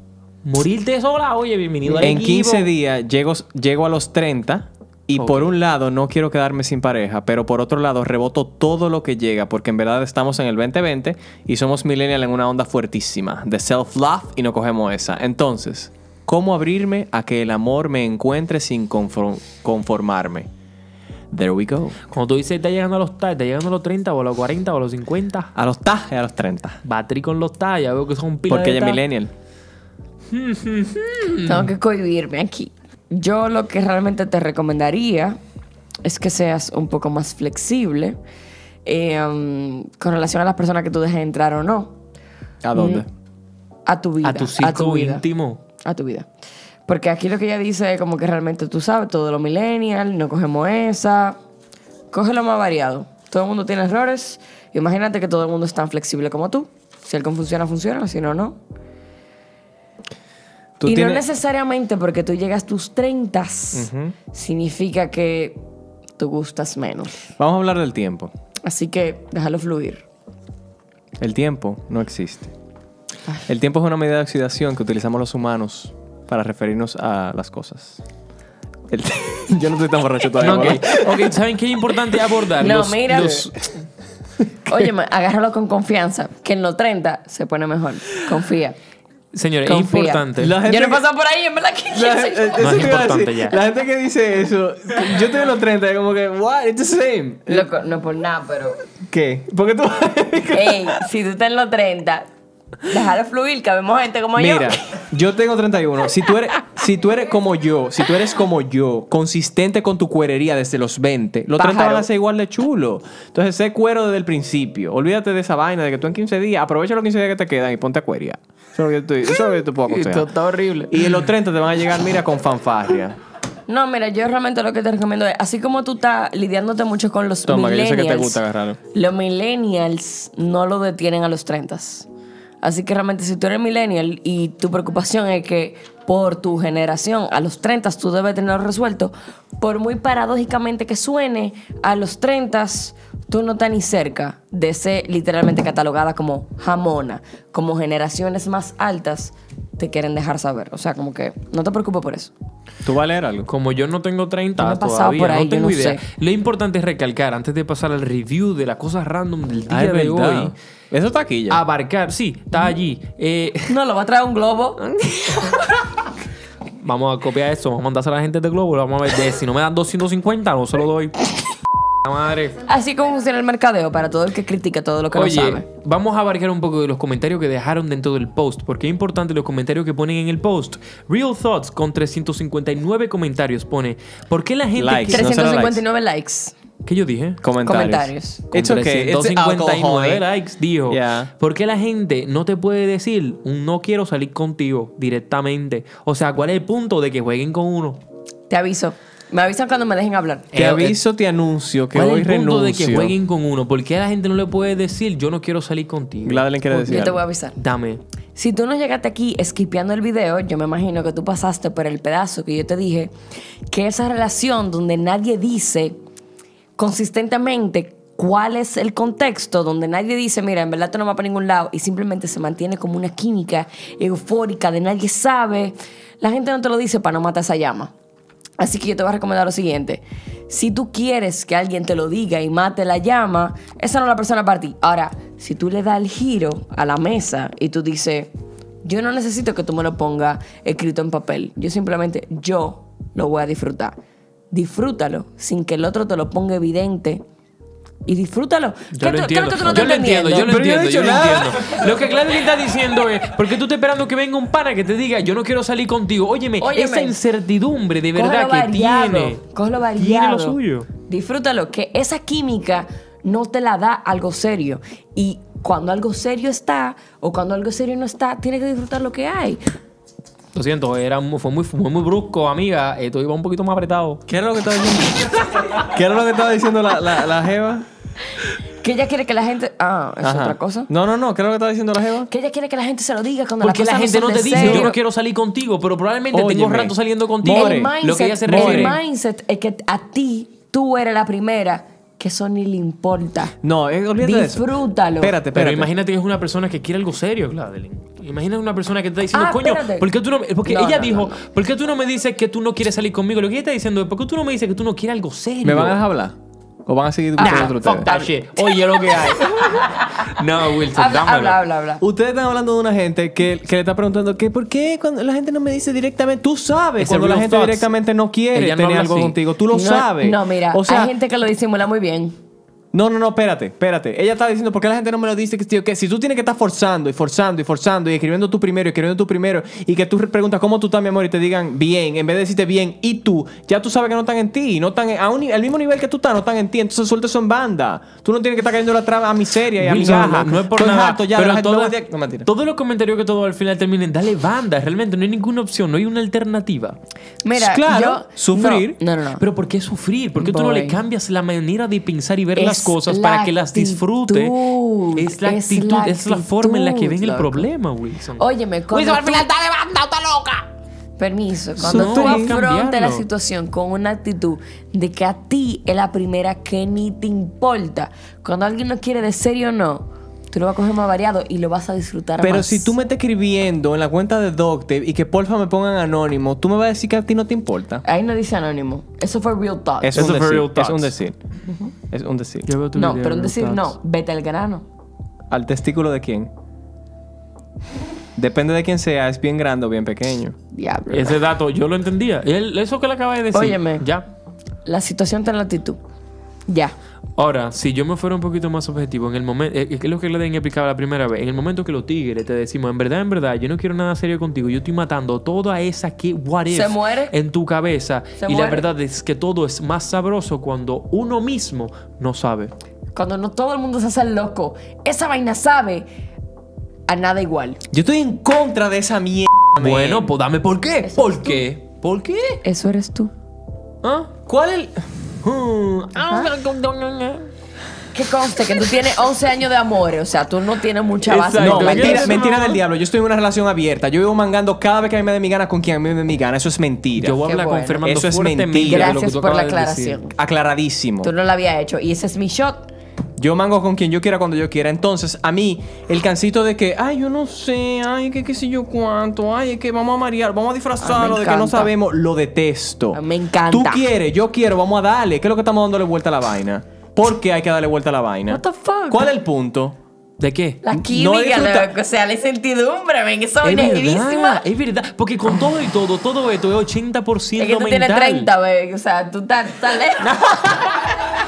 [SPEAKER 1] Morirte sola, oye, bienvenido al
[SPEAKER 2] En
[SPEAKER 1] equipo.
[SPEAKER 2] 15 días llego, llego a los 30 y
[SPEAKER 1] Ok.
[SPEAKER 2] por un lado no quiero quedarme sin pareja, pero por otro lado reboto todo lo que llega porque en verdad estamos en el 2020 y somos millennial en una onda fuertísima de self-love y no cogemos esa. Entonces, ¿cómo abrirme a que el amor me encuentre sin conform- conformarme? There we go.
[SPEAKER 1] Cuando tú dices, está llegando a los TAS, está llegando a los 30 o a los 40 o a los 50.
[SPEAKER 2] A los tajes, a los 30.
[SPEAKER 1] Batrí con los TAS, ya veo que son pilas
[SPEAKER 2] Porque
[SPEAKER 1] de
[SPEAKER 2] ella es
[SPEAKER 1] tas.
[SPEAKER 2] millennial.
[SPEAKER 3] Tengo que cohibirme aquí. Yo lo que realmente te recomendaría es que seas un poco más flexible eh, um, con relación a las personas que tú dejes entrar o no
[SPEAKER 2] ¿A dónde?
[SPEAKER 3] a tu vida.
[SPEAKER 1] A tu círculo
[SPEAKER 3] vida,
[SPEAKER 1] íntimo.
[SPEAKER 3] A tu vida. Porque aquí lo que ella dice es como que realmente tú sabes, todo lo millennial, no cogemos esa. Coge lo más variado. Todo el mundo tiene errores. Imagínate que todo el mundo es tan flexible como tú. Si algo funciona, funciona. Si no, no.
[SPEAKER 2] Tú
[SPEAKER 3] y
[SPEAKER 2] tienes-
[SPEAKER 3] no necesariamente porque tú llegas a tus 30
[SPEAKER 2] Ujú.
[SPEAKER 3] significa que tú gustas menos.
[SPEAKER 2] Vamos a hablar del tiempo.
[SPEAKER 3] Así que déjalo fluir.
[SPEAKER 2] El tiempo no existe.
[SPEAKER 1] Ah.
[SPEAKER 2] El tiempo es una medida de oxidación que utilizamos los humanos para referirnos a las cosas. El- Yo no estoy tan borracho todavía.
[SPEAKER 1] No, ok,
[SPEAKER 2] ¿verdad?
[SPEAKER 1] ok, ¿saben qué es importante abordar?
[SPEAKER 3] No,
[SPEAKER 1] Los-
[SPEAKER 3] mira.
[SPEAKER 1] los-
[SPEAKER 3] Oye, agárralo con confianza, que en los 30 se pone mejor. Confía.
[SPEAKER 1] señores, es
[SPEAKER 3] Confía.
[SPEAKER 1] importante.
[SPEAKER 2] La gente
[SPEAKER 3] Yo no he
[SPEAKER 2] que-
[SPEAKER 3] pasado por ahí, en verdad que
[SPEAKER 2] La,
[SPEAKER 3] que
[SPEAKER 2] eh,
[SPEAKER 3] soy-
[SPEAKER 1] No,
[SPEAKER 2] eso
[SPEAKER 1] es
[SPEAKER 2] te iba a
[SPEAKER 1] importante
[SPEAKER 2] decir.
[SPEAKER 1] ya.
[SPEAKER 2] La gente que dice eso, yo estoy en los 30, como que, what, it's the same.
[SPEAKER 3] Loco, no por nada, pero.
[SPEAKER 2] ¿Qué? Porque tú.
[SPEAKER 3] Ey, si tú estás en los 30, déjalo fluir, que vemos gente como yo.
[SPEAKER 2] Mira, yo tengo 31. Si tú, eres, si tú eres como yo, si tú eres como yo, consistente con tu cuerería desde los 20, los 30 van
[SPEAKER 3] Pájaro.
[SPEAKER 2] a ser igual de chulo. Entonces, sé cuero desde el principio. Olvídate de esa vaina de que tú en 15 días, aprovecha los 15 días que te quedan y ponte a cuerear. Eso es lo que yo, estoy- eso es lo que yo te puedo aconsejar.
[SPEAKER 1] Esto está horrible.
[SPEAKER 2] Y en los 30 te van a llegar, mira, con fanfarria.
[SPEAKER 3] No, mira, yo realmente lo que te recomiendo es, así como tú estás lidiándote mucho con los
[SPEAKER 2] Toma, que yo
[SPEAKER 3] millennials,
[SPEAKER 2] sé que te gusta agarrarlo.
[SPEAKER 3] los millennials no lo detienen a los 30. Así que realmente si tú eres millennial y tu preocupación es que por tu generación a los 30 tú debes tenerlo resuelto, por muy paradójicamente que suene, a los 30 tú no estás ni cerca de ser literalmente catalogada como jamona, como generaciones más altas te quieren dejar saber. O sea, como que no te preocupes por eso.
[SPEAKER 2] ¿Tú vas a leer algo?
[SPEAKER 1] Como yo no tengo 30
[SPEAKER 3] Yo no he pasado
[SPEAKER 1] todavía,
[SPEAKER 3] por ahí,
[SPEAKER 1] no
[SPEAKER 3] yo
[SPEAKER 1] tengo
[SPEAKER 3] no
[SPEAKER 1] idea.
[SPEAKER 3] sé.
[SPEAKER 1] Lo importante es recalcar, antes de pasar al review de las cosas random del día
[SPEAKER 2] Ah,
[SPEAKER 1] de
[SPEAKER 2] es verdad.
[SPEAKER 1] hoy,
[SPEAKER 2] Eso está aquí
[SPEAKER 1] Ah,
[SPEAKER 2] ya.
[SPEAKER 1] abarcar, sí, está allí. Eh,
[SPEAKER 3] No, lo va a traer un globo.
[SPEAKER 1] vamos a copiar eso, vamos a mandárselo a la gente de Globo, lo vamos a ver. De- si no me dan 250, no se lo doy. La madre.
[SPEAKER 3] Así como funciona el mercadeo para todo el que critica todo lo que
[SPEAKER 1] Oye,
[SPEAKER 3] no sabe.
[SPEAKER 1] vamos a abarcar un poco de los comentarios que dejaron dentro del post, porque es importante los comentarios que ponen en el post. Real Thoughts con 359 comentarios pone, ¿por qué la gente...
[SPEAKER 2] Likes.
[SPEAKER 1] que-
[SPEAKER 2] no será
[SPEAKER 3] 359 likes.
[SPEAKER 1] ¿Qué yo dije?
[SPEAKER 2] Comentarios.
[SPEAKER 3] Comentarios.
[SPEAKER 2] It's
[SPEAKER 1] Con
[SPEAKER 2] okay. It's
[SPEAKER 1] 359
[SPEAKER 2] alcoholic.
[SPEAKER 1] likes, dijo.
[SPEAKER 2] Yeah.
[SPEAKER 1] ¿Por qué la gente no te puede decir un no quiero salir contigo directamente? O sea, ¿cuál es el punto de que jueguen con uno?
[SPEAKER 3] Te aviso. Me avisan cuando me dejen hablar.
[SPEAKER 2] Te aviso, te anuncio que
[SPEAKER 1] ¿Cuál
[SPEAKER 2] hoy
[SPEAKER 1] es el punto de que
[SPEAKER 2] renuncio.
[SPEAKER 1] jueguen con uno? ¿Por qué la gente no le puede decir yo no quiero salir contigo?
[SPEAKER 2] Gladlin quiere decir
[SPEAKER 3] Yo te
[SPEAKER 2] algo.
[SPEAKER 3] voy a avisar.
[SPEAKER 1] Dame.
[SPEAKER 3] Si tú no llegaste aquí esquipeando el video, yo me imagino que tú pasaste por el pedazo que yo te dije, que esa relación donde nadie dice consistentemente cuál es el contexto, donde nadie dice, mira, en verdad tú no vas para ningún lado, y simplemente se mantiene como una química eufórica de nadie sabe, la gente no te lo dice para no matar esa llama. Así que yo te voy a recomendar lo siguiente. Si tú quieres que alguien te lo diga y mate la llama, esa no es la persona para ti. Ahora, si tú le das el giro a la mesa y tú dices, yo no necesito que tú me lo pongas escrito en papel. Yo simplemente, yo lo voy a disfrutar. Disfrútalo sin que el otro te lo ponga evidente. Y disfrútalo.
[SPEAKER 1] Yo
[SPEAKER 3] ¿Qué
[SPEAKER 1] lo
[SPEAKER 3] tú- qué es
[SPEAKER 1] entiendo.
[SPEAKER 3] que tú no
[SPEAKER 1] yo
[SPEAKER 3] estás
[SPEAKER 1] lo entiendo, yo lo
[SPEAKER 3] entendiendo?
[SPEAKER 2] Pero yo
[SPEAKER 1] entiendo, yo lo
[SPEAKER 2] no he dicho nada.
[SPEAKER 1] entiendo. Lo que Gladys está diciendo es, ¿por qué tú estás esperando que venga un pana que te diga yo no quiero salir contigo? Óyeme,
[SPEAKER 3] Óyeme.
[SPEAKER 1] esa incertidumbre de verdad
[SPEAKER 3] Cógelo
[SPEAKER 1] que
[SPEAKER 3] variado,
[SPEAKER 1] tiene.
[SPEAKER 3] Cógelo variado.
[SPEAKER 1] Tiene lo suyo.
[SPEAKER 3] Disfrútalo, que esa química no te la da algo serio. Y cuando algo serio está o cuando algo serio no está, tienes que disfrutar lo que hay.
[SPEAKER 1] Lo siento, era, mu- fue, muy, fue muy brusco, amiga. Esto iba un poquito más apretado.
[SPEAKER 2] ¿Qué era lo que estaba diciendo? ¿Qué era lo que estaba diciendo la, la, la Jeva?
[SPEAKER 3] Que ella quiere que la gente. Ah, es
[SPEAKER 2] Ajá.
[SPEAKER 3] otra cosa.
[SPEAKER 2] No, no, no. ¿Qué era lo que estaba diciendo la Jeva?
[SPEAKER 3] Que ella quiere que la gente se lo diga cuando
[SPEAKER 1] Porque la
[SPEAKER 3] las cosas
[SPEAKER 1] gente no
[SPEAKER 3] son
[SPEAKER 1] te
[SPEAKER 3] de
[SPEAKER 1] dice,
[SPEAKER 3] serio.
[SPEAKER 1] yo no quiero salir contigo, pero probablemente tengo
[SPEAKER 2] Óyeme.
[SPEAKER 1] rato saliendo contigo.
[SPEAKER 2] More.
[SPEAKER 3] El mindset,
[SPEAKER 1] lo que ella se
[SPEAKER 3] el
[SPEAKER 1] refiere.
[SPEAKER 3] mindset es que a ti, tú eres la primera que eso ni le importa.
[SPEAKER 2] No, eh, olvídate de eso.
[SPEAKER 3] Disfrútalo.
[SPEAKER 2] Espérate, espérate.
[SPEAKER 1] Pero imagínate que es una persona que quiere algo serio, Gladeline. Imagina una persona que te está diciendo,
[SPEAKER 3] Ah,
[SPEAKER 1] coño,
[SPEAKER 3] espérate.
[SPEAKER 1] ¿por qué tú no me- Porque
[SPEAKER 3] No,
[SPEAKER 1] ella
[SPEAKER 3] no, no,
[SPEAKER 1] dijo, ¿por qué tú no me dices que tú no quieres salir conmigo? Lo que ella está diciendo es, ¿por qué tú no me dices que tú no quieres algo serio?
[SPEAKER 2] ¿Me van a dejar hablar? ¿O van a seguir
[SPEAKER 3] Ah,
[SPEAKER 1] Nah,
[SPEAKER 2] buscando
[SPEAKER 1] fuck that shit. Oye, lo que hay. no, Wilson,
[SPEAKER 3] Habla,
[SPEAKER 1] dámelo.
[SPEAKER 3] habla, habla, habla.
[SPEAKER 2] Ustedes están hablando de una gente que, que le está preguntando que por qué cuando la gente no me dice directamente, tú sabes,
[SPEAKER 1] It's
[SPEAKER 2] cuando
[SPEAKER 1] a
[SPEAKER 2] la
[SPEAKER 1] real
[SPEAKER 2] gente
[SPEAKER 1] thoughts.
[SPEAKER 2] directamente no quiere
[SPEAKER 1] Ella no
[SPEAKER 2] tener
[SPEAKER 1] habla
[SPEAKER 2] algo
[SPEAKER 1] así.
[SPEAKER 2] contigo, tú lo
[SPEAKER 3] No,
[SPEAKER 2] sabes.
[SPEAKER 3] No, mira,
[SPEAKER 2] o sea,
[SPEAKER 3] hay gente que lo disimula muy bien.
[SPEAKER 2] no, no, no, espérate, espérate. Ella está diciendo, ¿por qué la gente no me lo dice? Que, tío, que si tú tienes que estar forzando y forzando y forzando y escribiendo tú primero y escribiendo tú primero y que tú preguntas cómo tú estás, mi amor, y te digan bien, en vez de decirte bien y tú, ya tú sabes que no están en ti, no están en- a un ni- al mismo nivel que tú estás, no están en ti, entonces suelta eso en banda. Tú no tienes que estar cayendo la traba a miseria y a
[SPEAKER 1] Wilson,
[SPEAKER 2] migaja.
[SPEAKER 1] no, no es por
[SPEAKER 2] Estoy
[SPEAKER 1] nada.
[SPEAKER 2] harto ya de la
[SPEAKER 1] pero
[SPEAKER 2] gente-
[SPEAKER 1] toda-
[SPEAKER 2] no, no, mentira.
[SPEAKER 1] todos los comentarios que todo al final terminen, dale banda. Realmente no hay ninguna opción, no hay una alternativa.
[SPEAKER 3] Mira,
[SPEAKER 2] Claro,
[SPEAKER 3] yo,
[SPEAKER 2] sufrir.
[SPEAKER 3] No, no, no.
[SPEAKER 1] Pero ¿por qué sufrir? ¿Por qué tú no
[SPEAKER 3] Voy.
[SPEAKER 1] le cambias la manera de pensar y ver
[SPEAKER 3] Es
[SPEAKER 1] las cosas
[SPEAKER 3] la
[SPEAKER 1] para que las disfrute?
[SPEAKER 3] actitud,
[SPEAKER 1] Es la
[SPEAKER 3] es la
[SPEAKER 1] actitud, es la, forma en la que ven
[SPEAKER 3] actitud,
[SPEAKER 1] el
[SPEAKER 3] loco.
[SPEAKER 1] problema, Wilson.
[SPEAKER 3] Óyeme, cuando tú- Permiso, cuando
[SPEAKER 1] No,
[SPEAKER 3] tú
[SPEAKER 1] hay que
[SPEAKER 3] afrontas la
[SPEAKER 1] cambiarlo.
[SPEAKER 3] situación con una actitud de que a ti es la primera que ni te importa, cuando alguien no quiere de serio o no, tú lo vas a coger más variado y lo vas a disfrutar
[SPEAKER 2] Pero
[SPEAKER 3] más.
[SPEAKER 2] si tú me estás escribiendo en la cuenta de Doctave y que porfa me pongan anónimo, tú me vas a decir que a ti no te importa.
[SPEAKER 3] Ahí no dice anónimo. Eso fue real talk.
[SPEAKER 2] Es
[SPEAKER 1] Eso
[SPEAKER 2] un
[SPEAKER 1] fue
[SPEAKER 2] decir.
[SPEAKER 1] real
[SPEAKER 2] Es
[SPEAKER 1] thoughts.
[SPEAKER 2] un decir. Es un decir.
[SPEAKER 1] Yo veo tu
[SPEAKER 3] no,
[SPEAKER 1] video,
[SPEAKER 3] pero un
[SPEAKER 1] Real
[SPEAKER 3] decir
[SPEAKER 1] Thoughts.
[SPEAKER 3] no, vete al grano.
[SPEAKER 2] ¿Al testículo de quién? Depende de quién sea, es bien grande o bien pequeño.
[SPEAKER 3] Diablo.
[SPEAKER 1] Ese dato yo lo entendía. Él- eso que le acaba de decir.
[SPEAKER 3] Óyeme.
[SPEAKER 1] Ya.
[SPEAKER 3] La situación está en la actitud. Ya.
[SPEAKER 1] Ahora, si yo me fuera un poquito más objetivo, en el momento, es lo que le den explicaba la primera vez, en el momento que los tigres te decimos, en verdad, en verdad, yo no quiero nada serio contigo, yo estoy matando toda esa que what if
[SPEAKER 3] Se muere.
[SPEAKER 1] en tu cabeza.
[SPEAKER 3] Se
[SPEAKER 1] y
[SPEAKER 3] muere.
[SPEAKER 1] la verdad es que todo es más sabroso cuando uno mismo no sabe.
[SPEAKER 3] Cuando no todo el mundo se hace loco, esa vaina sabe a nada igual.
[SPEAKER 2] Yo estoy en contra de esa mierda. man.
[SPEAKER 1] Bueno, pues dame por qué. ¿Por qué? ¿Por qué?
[SPEAKER 3] Eso eres tú.
[SPEAKER 1] ¿Ah?
[SPEAKER 2] ¿cuál el...?
[SPEAKER 1] Hmm.
[SPEAKER 3] Que conste que tú tienes 11 años de amores, o sea, tú no tienes mucha base.
[SPEAKER 1] Exacto.
[SPEAKER 2] No,
[SPEAKER 1] ¿qué
[SPEAKER 2] mentira,
[SPEAKER 1] es
[SPEAKER 2] mentira
[SPEAKER 1] eso?
[SPEAKER 2] del diablo. Yo estoy en una relación abierta. Yo vivo mangando cada vez que a mí me dé mi gana con quien a mí me dé mi gana. Eso es mentira.
[SPEAKER 1] Yo voy a
[SPEAKER 3] Qué
[SPEAKER 1] hablar
[SPEAKER 3] bueno.
[SPEAKER 1] con Fernando
[SPEAKER 2] Eso es
[SPEAKER 1] fuertemente
[SPEAKER 2] mentira.
[SPEAKER 1] de lo que
[SPEAKER 3] Gracias
[SPEAKER 1] tú
[SPEAKER 3] por la
[SPEAKER 1] acabas de decir.
[SPEAKER 3] aclaración.
[SPEAKER 2] Aclaradísimo.
[SPEAKER 3] Tú no lo habías hecho y ese es mi shot.
[SPEAKER 2] Yo mango con quien yo quiera cuando yo quiera. Entonces, a mí, el cansito de que, ay, yo no sé, ay, que qué sé yo cuánto, ay, es que vamos a marear, vamos a disfrazarlo de que no
[SPEAKER 3] Ah, encanta.
[SPEAKER 2] sabemos, lo detesto.
[SPEAKER 3] Ah, me encanta.
[SPEAKER 2] Tú quieres, yo quiero, vamos a darle. ¿Qué es lo que estamos dándole vuelta a la vaina? ¿Por qué hay que darle vuelta a la vaina?
[SPEAKER 3] What the fuck?
[SPEAKER 2] ¿Cuál es el punto?
[SPEAKER 1] ¿De qué?
[SPEAKER 3] La
[SPEAKER 2] No
[SPEAKER 3] química,
[SPEAKER 2] disfruta-
[SPEAKER 3] loco, o sea, la incertidumbre, ven, eso es
[SPEAKER 1] Es
[SPEAKER 3] negrísima.
[SPEAKER 1] verdad, es verdad. Porque con todo y todo, todo esto es 80%
[SPEAKER 3] Es que tú tienes
[SPEAKER 1] mental.
[SPEAKER 3] 30, bebé, o sea, tú estás estás lejos.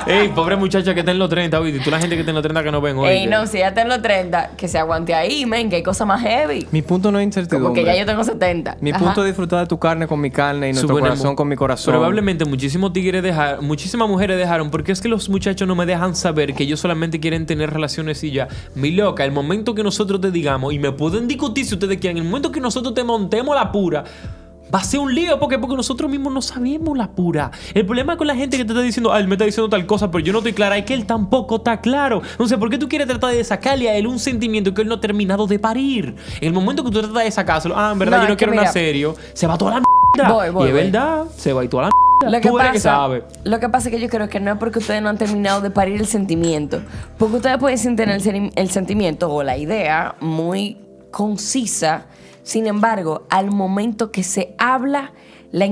[SPEAKER 1] Ey, pobre muchacha que está en los 30, oye, y tú la gente que está en los 30 que no ven hoy.
[SPEAKER 3] Ey, no, si ya estás en los 30, que se aguante ahí, men, que hay cosas más heavy.
[SPEAKER 2] Mi punto no es incertidumbre.
[SPEAKER 3] Como que ya yo tengo 70.
[SPEAKER 2] este Mi
[SPEAKER 3] Ajá.
[SPEAKER 2] punto es disfrutar de tu carne con mi carne y nuestro
[SPEAKER 1] Suponemos-
[SPEAKER 2] corazón con mi corazón.
[SPEAKER 1] Probablemente muchísimos tigres dejaron, muchísimas mujeres dejaron, porque es que los muchachos no me dejan saber que ellos solamente quieren tener relaciones y ya. Mi loca, el momento que nosotros te digamos, y me pueden discutir si ustedes quieren, el momento que nosotros te montemos la pura. Va a ser un lío porque, porque nosotros mismos no sabemos la pura. El problema con la gente que te está diciendo, ah, él me está diciendo tal cosa, pero yo no estoy clara, es que él tampoco está claro. Entonces, ¿por qué tú quieres tratar de sacarle a él un sentimiento que él no ha terminado de parir? En el momento que tú tratas de sacárselo, ah, en verdad,
[SPEAKER 3] No,
[SPEAKER 1] yo
[SPEAKER 3] es
[SPEAKER 1] no
[SPEAKER 3] que
[SPEAKER 1] quiero nada
[SPEAKER 3] mira.
[SPEAKER 1] serio, se va toda la mierda mierda.
[SPEAKER 3] Voy, voy,
[SPEAKER 1] y es
[SPEAKER 3] voy.
[SPEAKER 1] verdad, se va y toda la mierda.
[SPEAKER 3] Lo que,
[SPEAKER 1] Tú eres
[SPEAKER 3] pasa,
[SPEAKER 1] que sabes.
[SPEAKER 3] lo que pasa es que yo creo que no es porque ustedes no han terminado de parir el sentimiento. Porque ustedes pueden sentir el, sen- el sentimiento o la idea muy concisa. Sin embargo, al momento que se habla, la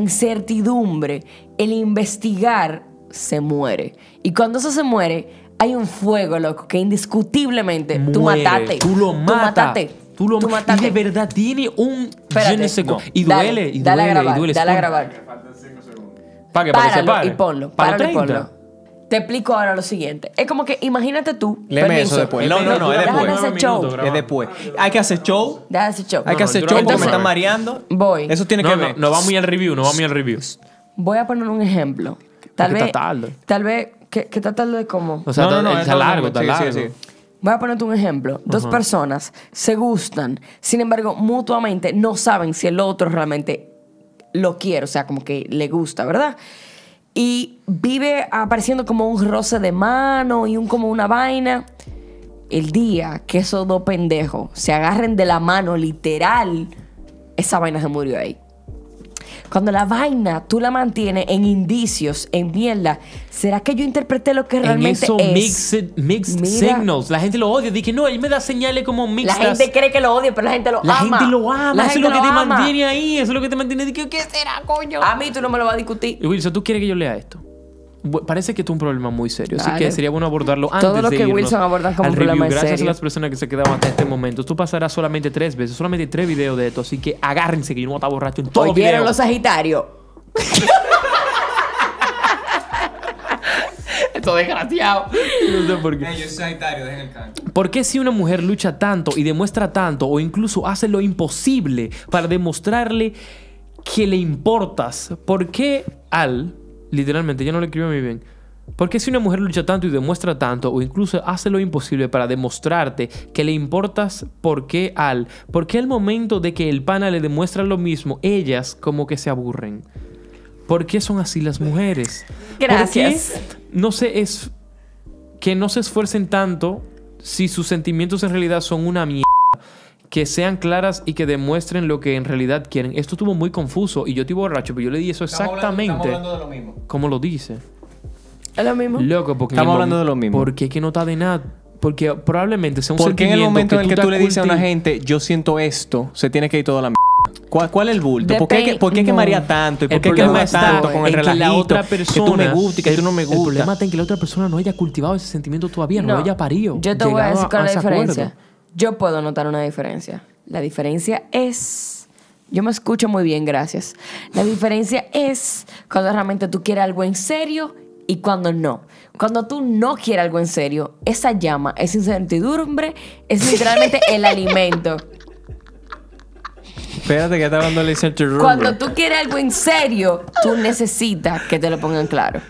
[SPEAKER 3] incertidumbre, el investigar, se muere. Y cuando eso se muere, hay un fuego, loco, que indiscutiblemente tú
[SPEAKER 1] Muere.
[SPEAKER 3] mataste.
[SPEAKER 1] Tú lo matas.
[SPEAKER 3] mataste.
[SPEAKER 1] Tú lo
[SPEAKER 3] Tú
[SPEAKER 1] matas. Y
[SPEAKER 3] mataste.
[SPEAKER 1] de verdad tiene un.
[SPEAKER 3] Espérate.
[SPEAKER 1] yo no sé
[SPEAKER 3] No.
[SPEAKER 1] cómo. Y
[SPEAKER 3] Dale,
[SPEAKER 1] duele, y duele,
[SPEAKER 3] dale a grabar,
[SPEAKER 1] y duele.
[SPEAKER 3] Dale a
[SPEAKER 1] Pon-
[SPEAKER 3] grabar.
[SPEAKER 5] Faltan 5 segundos.
[SPEAKER 1] Para que, para que se
[SPEAKER 3] Páralo
[SPEAKER 1] pare.
[SPEAKER 3] y ponlo.
[SPEAKER 1] Para
[SPEAKER 3] Páralo y
[SPEAKER 1] 30.
[SPEAKER 3] ponlo. Te explico ahora lo siguiente. Es como que imagínate tú.
[SPEAKER 2] Léeme
[SPEAKER 3] permiso,
[SPEAKER 2] eso después. No, no, no, es
[SPEAKER 3] Déjame
[SPEAKER 2] después.
[SPEAKER 3] hacer
[SPEAKER 1] Nueve
[SPEAKER 3] show.
[SPEAKER 1] minutos,
[SPEAKER 2] Es después. Hay que hacer show.
[SPEAKER 3] Déjame hacer show.
[SPEAKER 2] Hay que
[SPEAKER 1] no,
[SPEAKER 2] hacer
[SPEAKER 1] yo
[SPEAKER 2] show
[SPEAKER 1] no
[SPEAKER 2] porque me
[SPEAKER 1] voy a
[SPEAKER 2] están
[SPEAKER 1] ver.
[SPEAKER 2] mareando.
[SPEAKER 3] Voy.
[SPEAKER 2] Eso tiene
[SPEAKER 1] No,
[SPEAKER 2] que
[SPEAKER 1] no,
[SPEAKER 2] ver.
[SPEAKER 1] no, vamos y al review, no vamos y al review.
[SPEAKER 3] Voy a poner un ejemplo. Tal
[SPEAKER 1] que
[SPEAKER 3] vez.
[SPEAKER 1] está tarde.
[SPEAKER 3] Tal vez. ¿Qué qué está tarde de cómo?
[SPEAKER 1] O sea,
[SPEAKER 2] No, no,
[SPEAKER 1] está-
[SPEAKER 2] no,
[SPEAKER 1] está
[SPEAKER 2] no, no,
[SPEAKER 1] largo, está
[SPEAKER 2] sí, sí,
[SPEAKER 1] largo.
[SPEAKER 2] sí.
[SPEAKER 3] Voy a ponerte un ejemplo. Dos personas se gustan, sin embargo, mutuamente no saben si el otro realmente lo quiere, o sea, como que le gusta, ¿verdad? Y vive apareciendo como un roce de mano y un como una vaina. El día que esos dos pendejos se agarren de la mano, literal, esa vaina se murió ahí. Cuando la vaina tú la mantienes en indicios, en mierda, ¿será que yo interpreté lo que
[SPEAKER 1] En
[SPEAKER 3] realmente
[SPEAKER 1] eso,
[SPEAKER 3] es?
[SPEAKER 1] mixed, mixed
[SPEAKER 3] Mira.
[SPEAKER 1] signals. La gente lo odia. Dije, no, él me da señales como
[SPEAKER 3] La
[SPEAKER 1] mixtas.
[SPEAKER 3] gente cree que lo odia, pero la gente lo
[SPEAKER 1] La
[SPEAKER 3] ama.
[SPEAKER 1] gente lo ama.
[SPEAKER 3] La
[SPEAKER 1] eso es
[SPEAKER 3] gente
[SPEAKER 1] lo que te
[SPEAKER 3] ama.
[SPEAKER 1] mantiene ahí. Eso es lo que te mantiene. Dije, ¿qué será, coño?
[SPEAKER 3] A mí tú no me lo vas a discutir.
[SPEAKER 1] Y Wilson, ¿tú quieres que yo lea esto? bu- parece que es un problema muy serio. Así
[SPEAKER 3] Vale.
[SPEAKER 1] que sería bueno abordarlo antes
[SPEAKER 3] Todo lo
[SPEAKER 1] de
[SPEAKER 3] que
[SPEAKER 1] irnos
[SPEAKER 3] Wilson aborda como
[SPEAKER 1] al
[SPEAKER 3] un problema
[SPEAKER 1] review.
[SPEAKER 3] es
[SPEAKER 1] Gracias
[SPEAKER 3] serio.
[SPEAKER 1] a las personas que se quedaban hasta este momento. Esto pasará solamente tres veces, solamente tres videos de esto. Así que agárrense que yo no voy a estar borracho en todo el
[SPEAKER 3] Oyeron
[SPEAKER 1] video.
[SPEAKER 3] los Sagitarios. Esto desgraciado.
[SPEAKER 1] No sé por qué.
[SPEAKER 7] yo soy sanitario, dejen el canto.
[SPEAKER 1] ¿Por qué si una mujer lucha tanto y demuestra tanto o incluso hace lo imposible para demostrarle que le importas? ¿Por qué al, literalmente, ya no lo escribo muy bien, ¿por qué si una mujer lucha tanto y demuestra tanto o incluso hace lo imposible para demostrarte que le importas? ¿Por qué al? ¿Por qué al momento de que el pana le demuestra lo mismo, ellas como que se aburren? ¿Por qué son así las mujeres? ¿Por
[SPEAKER 3] Gracias.
[SPEAKER 1] qué No sé, es que no se esfuercen tanto si sus sentimientos en realidad son una mierda. Que sean claras y que demuestren lo que en realidad quieren. Esto estuvo muy confuso y yo estoy borracho, pero yo le di eso exactamente
[SPEAKER 7] Estamos hablando de lo mismo.
[SPEAKER 1] como lo dice.
[SPEAKER 3] Es lo mismo.
[SPEAKER 1] Loco, porque... en
[SPEAKER 2] Estamos
[SPEAKER 1] el
[SPEAKER 2] hablando
[SPEAKER 1] momen-
[SPEAKER 2] de lo mismo.
[SPEAKER 1] Porque es que no está de nada. Porque probablemente sea un
[SPEAKER 2] ¿Por qué en el
[SPEAKER 1] sentimiento
[SPEAKER 2] momento en el que tú
[SPEAKER 1] te
[SPEAKER 2] le dices a una
[SPEAKER 1] ocultes-
[SPEAKER 2] gente, yo siento esto, se tiene que ir toda la mierda? ¿Cuál, cuál es el bulto? ¿Por qué, hay que-
[SPEAKER 3] Depen-
[SPEAKER 2] ¿Por qué hay que
[SPEAKER 3] no.
[SPEAKER 2] marear tanto? ¿Y por
[SPEAKER 1] El
[SPEAKER 2] qué hay que
[SPEAKER 1] problema
[SPEAKER 2] marear
[SPEAKER 1] está
[SPEAKER 2] tanto con el
[SPEAKER 1] en que
[SPEAKER 2] relajito?
[SPEAKER 1] la otra persona...
[SPEAKER 2] que tú me gustas y que tú no me
[SPEAKER 1] El problema
[SPEAKER 2] gustas.
[SPEAKER 1] está en que la otra persona no haya cultivado ese sentimiento todavía, no, haya parido.
[SPEAKER 3] Yo te voy
[SPEAKER 1] llegado
[SPEAKER 3] a decir cuál es
[SPEAKER 1] ese
[SPEAKER 3] la
[SPEAKER 1] acuerdo.
[SPEAKER 3] diferencia. Yo puedo notar una diferencia. La diferencia es. Yo me escucho muy bien, gracias. La diferencia es cuando realmente tú quieres algo en serio y cuando no. Cuando tú no quieres algo en serio, esa llama, esa incertidumbre, es literalmente el alimento.
[SPEAKER 2] Espérate que está hablando el Room.
[SPEAKER 3] Cuando tú quieres algo en serio, tú necesitas que te lo pongan claro.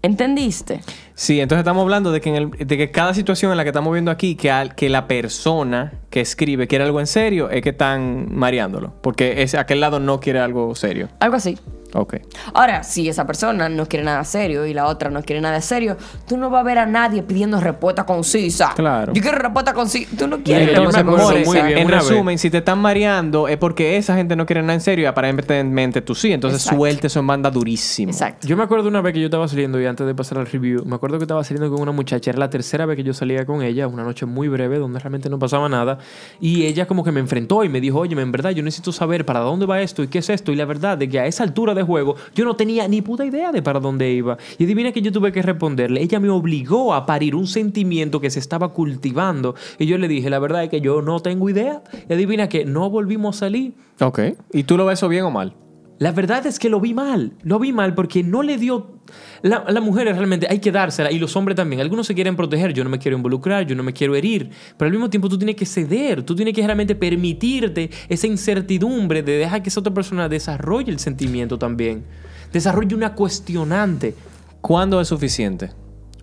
[SPEAKER 3] ¿Entendiste?
[SPEAKER 2] Sí, entonces estamos hablando de que, en el- de que cada situación en la que estamos viendo aquí, que, al- que la persona que escribe quiere algo en serio, es que están mareándolo. Porque ese, aquel lado no quiere algo serio.
[SPEAKER 3] Algo así.
[SPEAKER 2] Ok.
[SPEAKER 3] Ahora, si esa persona no quiere nada serio y la otra no quiere nada serio, tú no vas a ver a nadie pidiendo respuesta concisa.
[SPEAKER 2] Claro.
[SPEAKER 3] Yo quiero respuesta concisa. Tú no
[SPEAKER 1] Mira,
[SPEAKER 3] quieres
[SPEAKER 1] Eh, yo me
[SPEAKER 3] respuesta
[SPEAKER 1] acuerdo
[SPEAKER 3] concisa.
[SPEAKER 1] muy bien.
[SPEAKER 2] en
[SPEAKER 1] una
[SPEAKER 2] resumen, si te están mareando es porque esa gente no quiere nada en serio y aparentemente tú sí. Entonces
[SPEAKER 3] Exacto.
[SPEAKER 2] suelta eso en banda durísimo.
[SPEAKER 3] Exacto.
[SPEAKER 1] Yo me acuerdo una vez que yo estaba saliendo y antes de pasar al review, me acuerdo que estaba saliendo con una muchacha, era la tercera vez que yo salía con ella, una noche muy breve donde realmente no pasaba nada, y ella como que me enfrentó y me dijo, oye, en verdad yo necesito saber para dónde va esto y qué es esto, y la verdad de que a esa altura de juego yo no tenía ni puta idea de para dónde iba. Y adivina que yo tuve que responderle, ella me obligó a parir un sentimiento que se estaba cultivando, y yo le dije, la verdad es que yo no tengo idea, y adivina que no volvimos a salir.
[SPEAKER 2] Ok. ¿Y tú lo ves eso bien o mal?
[SPEAKER 1] La verdad es que lo vi mal. Lo vi mal porque no le dio. La, las mujeres realmente hay que dársela y los hombres también. Algunos se quieren proteger. Yo no me quiero involucrar, yo no me quiero herir. Pero al mismo tiempo tú tienes que ceder. Tú tienes que realmente permitirte esa incertidumbre de dejar que esa otra persona desarrolle el sentimiento también. Desarrolle una cuestionante.
[SPEAKER 2] ¿Cuándo es suficiente?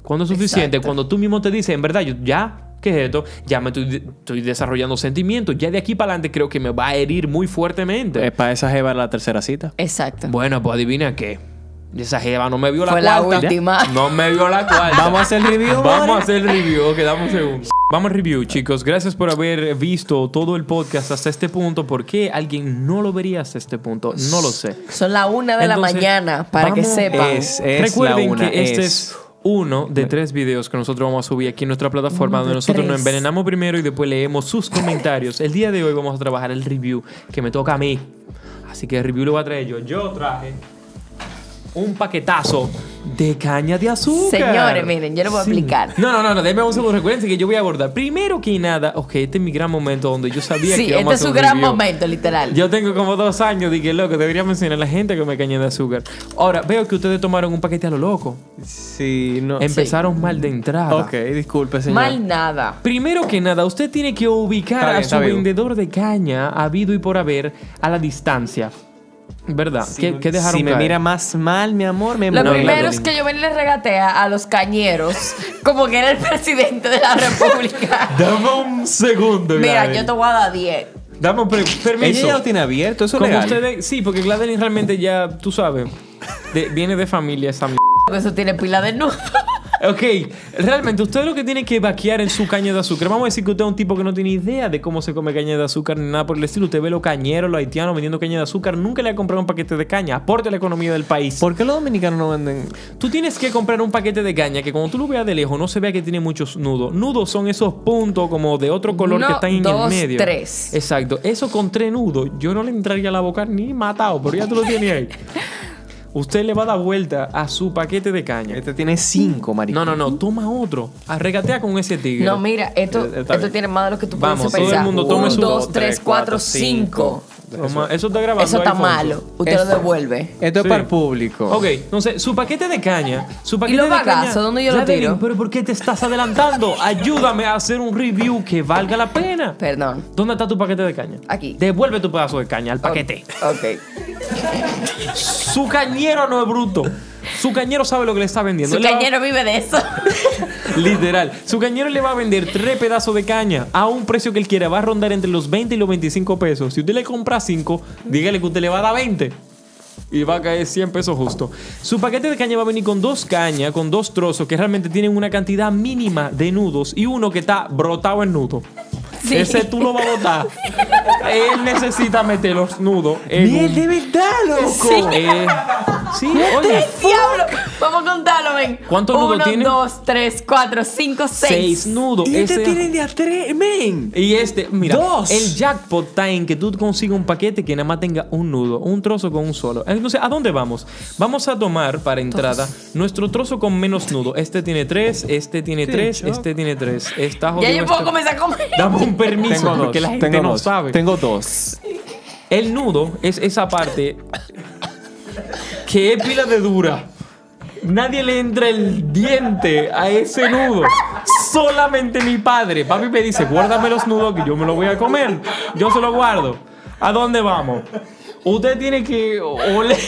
[SPEAKER 1] ¿Cuándo es suficiente? Cuando tú mismo te dices, en verdad, yo ya, ¿qué es esto? Ya me estoy, de- estoy desarrollando sentimientos. Ya de aquí para adelante creo que me va a herir muy fuertemente.
[SPEAKER 2] Eh, para esa jeva era la tercera cita.
[SPEAKER 3] Exacto.
[SPEAKER 1] Bueno, pues adivina qué. Esa jeva no me vio la
[SPEAKER 3] Fue la
[SPEAKER 1] cuarta.
[SPEAKER 3] última.
[SPEAKER 1] No me vio la cuarta.
[SPEAKER 2] Vamos a hacer review.
[SPEAKER 1] Vamos a hacer el review. Ok, dame un segundo. Vamos al review, chicos. Gracias por haber visto todo el podcast hasta este punto. ¿Por qué alguien no lo vería hasta este punto? No lo sé.
[SPEAKER 3] Son las una de la
[SPEAKER 1] Entonces,
[SPEAKER 3] mañana para que
[SPEAKER 1] vamos- eh,
[SPEAKER 3] sepan.
[SPEAKER 2] Es- es
[SPEAKER 1] Recuerden
[SPEAKER 2] la una,
[SPEAKER 1] que este
[SPEAKER 2] es.
[SPEAKER 1] es. uno de tres videos que nosotros vamos a subir aquí en nuestra plataforma donde nosotros nos
[SPEAKER 3] tres.
[SPEAKER 1] envenenamos primero y después leemos sus comentarios. El día de hoy vamos a trabajar el review que me toca a mí. Así que el review lo voy a traer yo. Yo traje un paquetazo de caña de azúcar.
[SPEAKER 3] Señores, miren, yo lo voy a explicar.
[SPEAKER 1] No, no, no, no, denme un segundo. Recuerden que yo voy a abordar primero que nada. Ok, este es mi gran momento donde yo sabía
[SPEAKER 3] sí,
[SPEAKER 1] que íbamos a hacer
[SPEAKER 3] este es su
[SPEAKER 1] un
[SPEAKER 3] gran
[SPEAKER 1] review.
[SPEAKER 3] momento, literal.
[SPEAKER 1] Yo tengo como dos años, dije, loco, debería mencionar a la gente que me caña de azúcar. Ahora, veo que ustedes tomaron un paquete a lo loco.
[SPEAKER 2] Sí, no.
[SPEAKER 1] Empezaron mal de entrada.
[SPEAKER 2] Ok, disculpe, señor.
[SPEAKER 3] Mal nada.
[SPEAKER 1] Primero que nada, usted tiene que ubicar
[SPEAKER 2] Está bien,
[SPEAKER 1] a su
[SPEAKER 2] está bien.
[SPEAKER 1] vendedor de caña, habido y por haber, a la distancia. ¿Verdad? ¿Qué, qué dejaron
[SPEAKER 2] si me
[SPEAKER 1] caer?
[SPEAKER 2] mira más mal, mi amor, me
[SPEAKER 3] Lo
[SPEAKER 2] muero.
[SPEAKER 3] primero es que yo venía y le regatea a los cañeros como que era el presidente de la república.
[SPEAKER 1] Dame un segundo,
[SPEAKER 3] Mira,
[SPEAKER 1] Gladeline.
[SPEAKER 3] yo te voy a dar 10.
[SPEAKER 1] Dame pre-
[SPEAKER 2] Ella
[SPEAKER 1] permiso.
[SPEAKER 2] ya lo tiene abierto, eso es
[SPEAKER 1] Como
[SPEAKER 2] legal.
[SPEAKER 1] ustedes... Sí, porque Gladeline realmente ya, tú sabes, de- viene de familia esa mierda.
[SPEAKER 3] Eso tiene pila de nuevo.
[SPEAKER 1] Ok, realmente usted lo que tiene que vaquear en su caña de azúcar. Vamos a decir que usted es un tipo que no tiene idea de cómo se come caña de azúcar ni nada por el estilo. Usted ve los cañeros, los haitianos vendiendo caña de azúcar. Nunca le ha comprado un paquete de caña. Aporte a la economía del país.
[SPEAKER 2] ¿Por qué los dominicanos no venden?
[SPEAKER 1] Tú tienes que comprar un paquete de caña que cuando tú lo veas de lejos no se vea que tiene muchos nudos. Nudos son esos puntos como de otro color
[SPEAKER 3] Uno,
[SPEAKER 1] que están en
[SPEAKER 3] dos,
[SPEAKER 1] el medio.
[SPEAKER 3] tres.
[SPEAKER 1] Exacto. Eso con tres nudos, yo no le entraría a la boca ni matado, pero ya tú lo tienes ahí. Usted le va a dar vuelta a su paquete de caña.
[SPEAKER 2] Este tiene cinco, marico.
[SPEAKER 1] No, no, no, toma otro. Arregatea con ese tigre.
[SPEAKER 3] No, mira, esto,
[SPEAKER 2] Eh, está
[SPEAKER 3] esto
[SPEAKER 2] bien.
[SPEAKER 3] tiene más de lo que tú
[SPEAKER 1] Vamos,
[SPEAKER 3] puedes
[SPEAKER 1] todo el
[SPEAKER 3] pensar.
[SPEAKER 1] mundo tome
[SPEAKER 3] Un,
[SPEAKER 1] su-
[SPEAKER 3] dos, tres, cuatro, cinco.
[SPEAKER 1] Toma, eso está grabando.
[SPEAKER 3] Eso está
[SPEAKER 1] ahí, Fonso.
[SPEAKER 3] malo. Usted
[SPEAKER 2] Eso-
[SPEAKER 3] lo devuelve.
[SPEAKER 2] Esto es
[SPEAKER 1] Sí.
[SPEAKER 2] para el público.
[SPEAKER 1] Ok, entonces, su paquete de caña. Su paquete
[SPEAKER 3] los
[SPEAKER 1] de
[SPEAKER 3] bagazos?
[SPEAKER 1] caña.
[SPEAKER 3] ¿Dónde yo lo
[SPEAKER 1] Javelin,
[SPEAKER 3] tiro?
[SPEAKER 1] Pero ¿por qué te estás adelantando? Ayúdame a hacer un review que valga la pena.
[SPEAKER 3] Perdón.
[SPEAKER 1] ¿Dónde está tu paquete de caña?
[SPEAKER 3] Aquí.
[SPEAKER 1] Devuelve tu pedazo de caña al paquete.
[SPEAKER 3] Ok.
[SPEAKER 1] Su cañero no es bruto. Su cañero sabe lo que le está vendiendo.
[SPEAKER 3] Su
[SPEAKER 1] Él le va-
[SPEAKER 3] cañero vive de eso.
[SPEAKER 1] Literal. Su cañero le va a vender tres pedazos de caña a un precio que él quiera. Va a rondar entre los 20 y los 25 pesos. Si usted le compra 5, dígale que usted le va a dar 20. Y va a caer 100 pesos justo. Su paquete de caña va a venir con dos cañas, con dos trozos que realmente tienen una cantidad mínima de nudos y uno que está brotado en nudo.
[SPEAKER 3] Sí.
[SPEAKER 1] Ese tú lo vas a botar. él necesita meter los nudos en un-
[SPEAKER 2] de verdad, loco.
[SPEAKER 3] Sí.
[SPEAKER 1] Eh, sí, oye.
[SPEAKER 3] ¡Diablo! Vamos a contarlo, ven.
[SPEAKER 1] ¿Cuántos nudos
[SPEAKER 3] Uno,
[SPEAKER 1] tiene?
[SPEAKER 3] dos, tres, cuatro, cinco, seis.
[SPEAKER 1] Seis nudos.
[SPEAKER 2] Y este
[SPEAKER 1] Ese-
[SPEAKER 2] tienen de a tres, men.
[SPEAKER 1] Y este, mira,
[SPEAKER 2] Dos.
[SPEAKER 1] el jackpot está en que tú consigas un paquete que nada más tenga un nudo, un trozo con un solo. Entonces, ¿a dónde vamos? Vamos a tomar para entrada nuestro trozo con menos nudo. Este tiene tres, este tiene tres, este tiene tres. Está
[SPEAKER 3] Ya
[SPEAKER 1] jodido.
[SPEAKER 3] yo puedo
[SPEAKER 1] este-
[SPEAKER 3] comenzar a comer.
[SPEAKER 1] Dame un permiso
[SPEAKER 2] Tengo dos.
[SPEAKER 1] porque la gente
[SPEAKER 2] tengo
[SPEAKER 1] no
[SPEAKER 2] dos.
[SPEAKER 1] sabe.
[SPEAKER 2] Tengo dos.
[SPEAKER 1] El nudo es esa parte que es pila de dura. Nadie le entra el diente a ese nudo. Solamente mi padre. Papi me dice, guárdame los nudos que yo me los voy a comer. Yo se los guardo. ¿A dónde vamos? Usted tiene que oler.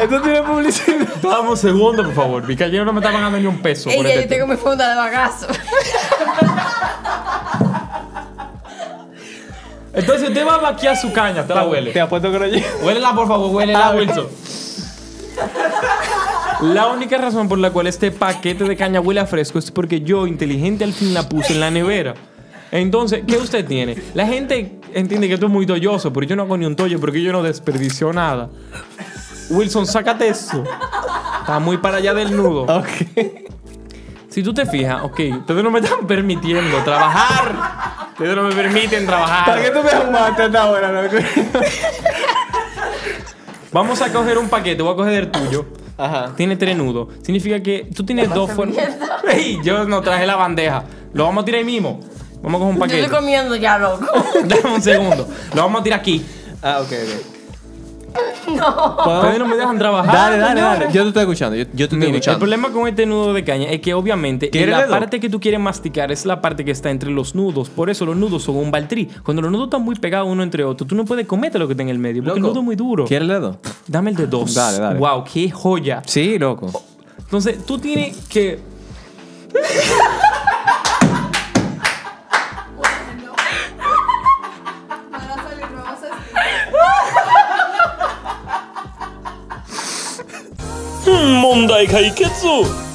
[SPEAKER 1] Esto tiene publicidad. Dame un segundo, por favor. Mi callero no me está pagando ni un peso.
[SPEAKER 3] Ey,
[SPEAKER 1] por
[SPEAKER 3] ya
[SPEAKER 1] este
[SPEAKER 3] yo tengo mi funda de bagazo.
[SPEAKER 1] tema. Entonces usted va a vaquear su caña, te la huele.
[SPEAKER 2] Te apuesto que no llevo.
[SPEAKER 1] Huélela, por favor, huélela, Wilson. La única razón por la cual este paquete de caña huele a fresco es porque yo, inteligente, al fin la puse en la nevera. Entonces, ¿qué usted tiene? La gente entiende que esto es muy tolloso, pero yo no hago ni un tollo porque yo no desperdicio nada. Wilson, sácate eso. Está muy para allá del nudo.
[SPEAKER 2] Ok.
[SPEAKER 1] Si tú te fijas, ok, ustedes no me están permitiendo trabajar. Ustedes no me permiten trabajar.
[SPEAKER 2] ¿Para qué tú me aguantas hasta ahora, loco?
[SPEAKER 1] Vamos a coger un paquete, voy a coger el tuyo.
[SPEAKER 2] Ajá.
[SPEAKER 1] Tiene tres nudos. Significa que tú tienes dos formas.
[SPEAKER 3] mierda.
[SPEAKER 1] Ey, yo no traje la bandeja. Lo vamos a tirar ahí mismo. Vamos a coger un
[SPEAKER 3] Yo estoy
[SPEAKER 1] paquete.
[SPEAKER 3] comiendo ya, loco.
[SPEAKER 1] Dame un segundo. Lo vamos a tirar aquí.
[SPEAKER 2] Ah, ok, ok.
[SPEAKER 1] Ustedes no me dejan trabajar.
[SPEAKER 2] Ah. Dale, dale,
[SPEAKER 1] señores.
[SPEAKER 2] dale. Yo te estoy escuchando. Yo, yo te estoy
[SPEAKER 1] Mire, el
[SPEAKER 2] escuchando.
[SPEAKER 1] problema con este nudo de caña es que obviamente
[SPEAKER 2] ¿Quiere
[SPEAKER 1] la
[SPEAKER 2] dedo?
[SPEAKER 1] parte que tú quieres masticar es la parte que está entre los nudos. Por eso los nudos son un baltrí. Cuando los nudos están muy pegados uno entre otro, tú no puedes comerte lo que está en el medio. Porque el
[SPEAKER 2] Loco,
[SPEAKER 1] nudo es muy duro.
[SPEAKER 2] ¿Quieres el dedo?
[SPEAKER 1] Dame el de dos.
[SPEAKER 2] Dale, dale.
[SPEAKER 1] Wow, qué joya.
[SPEAKER 2] Sí, loco.
[SPEAKER 1] Entonces, tú tienes que.
[SPEAKER 4] Monday Kaiketsu.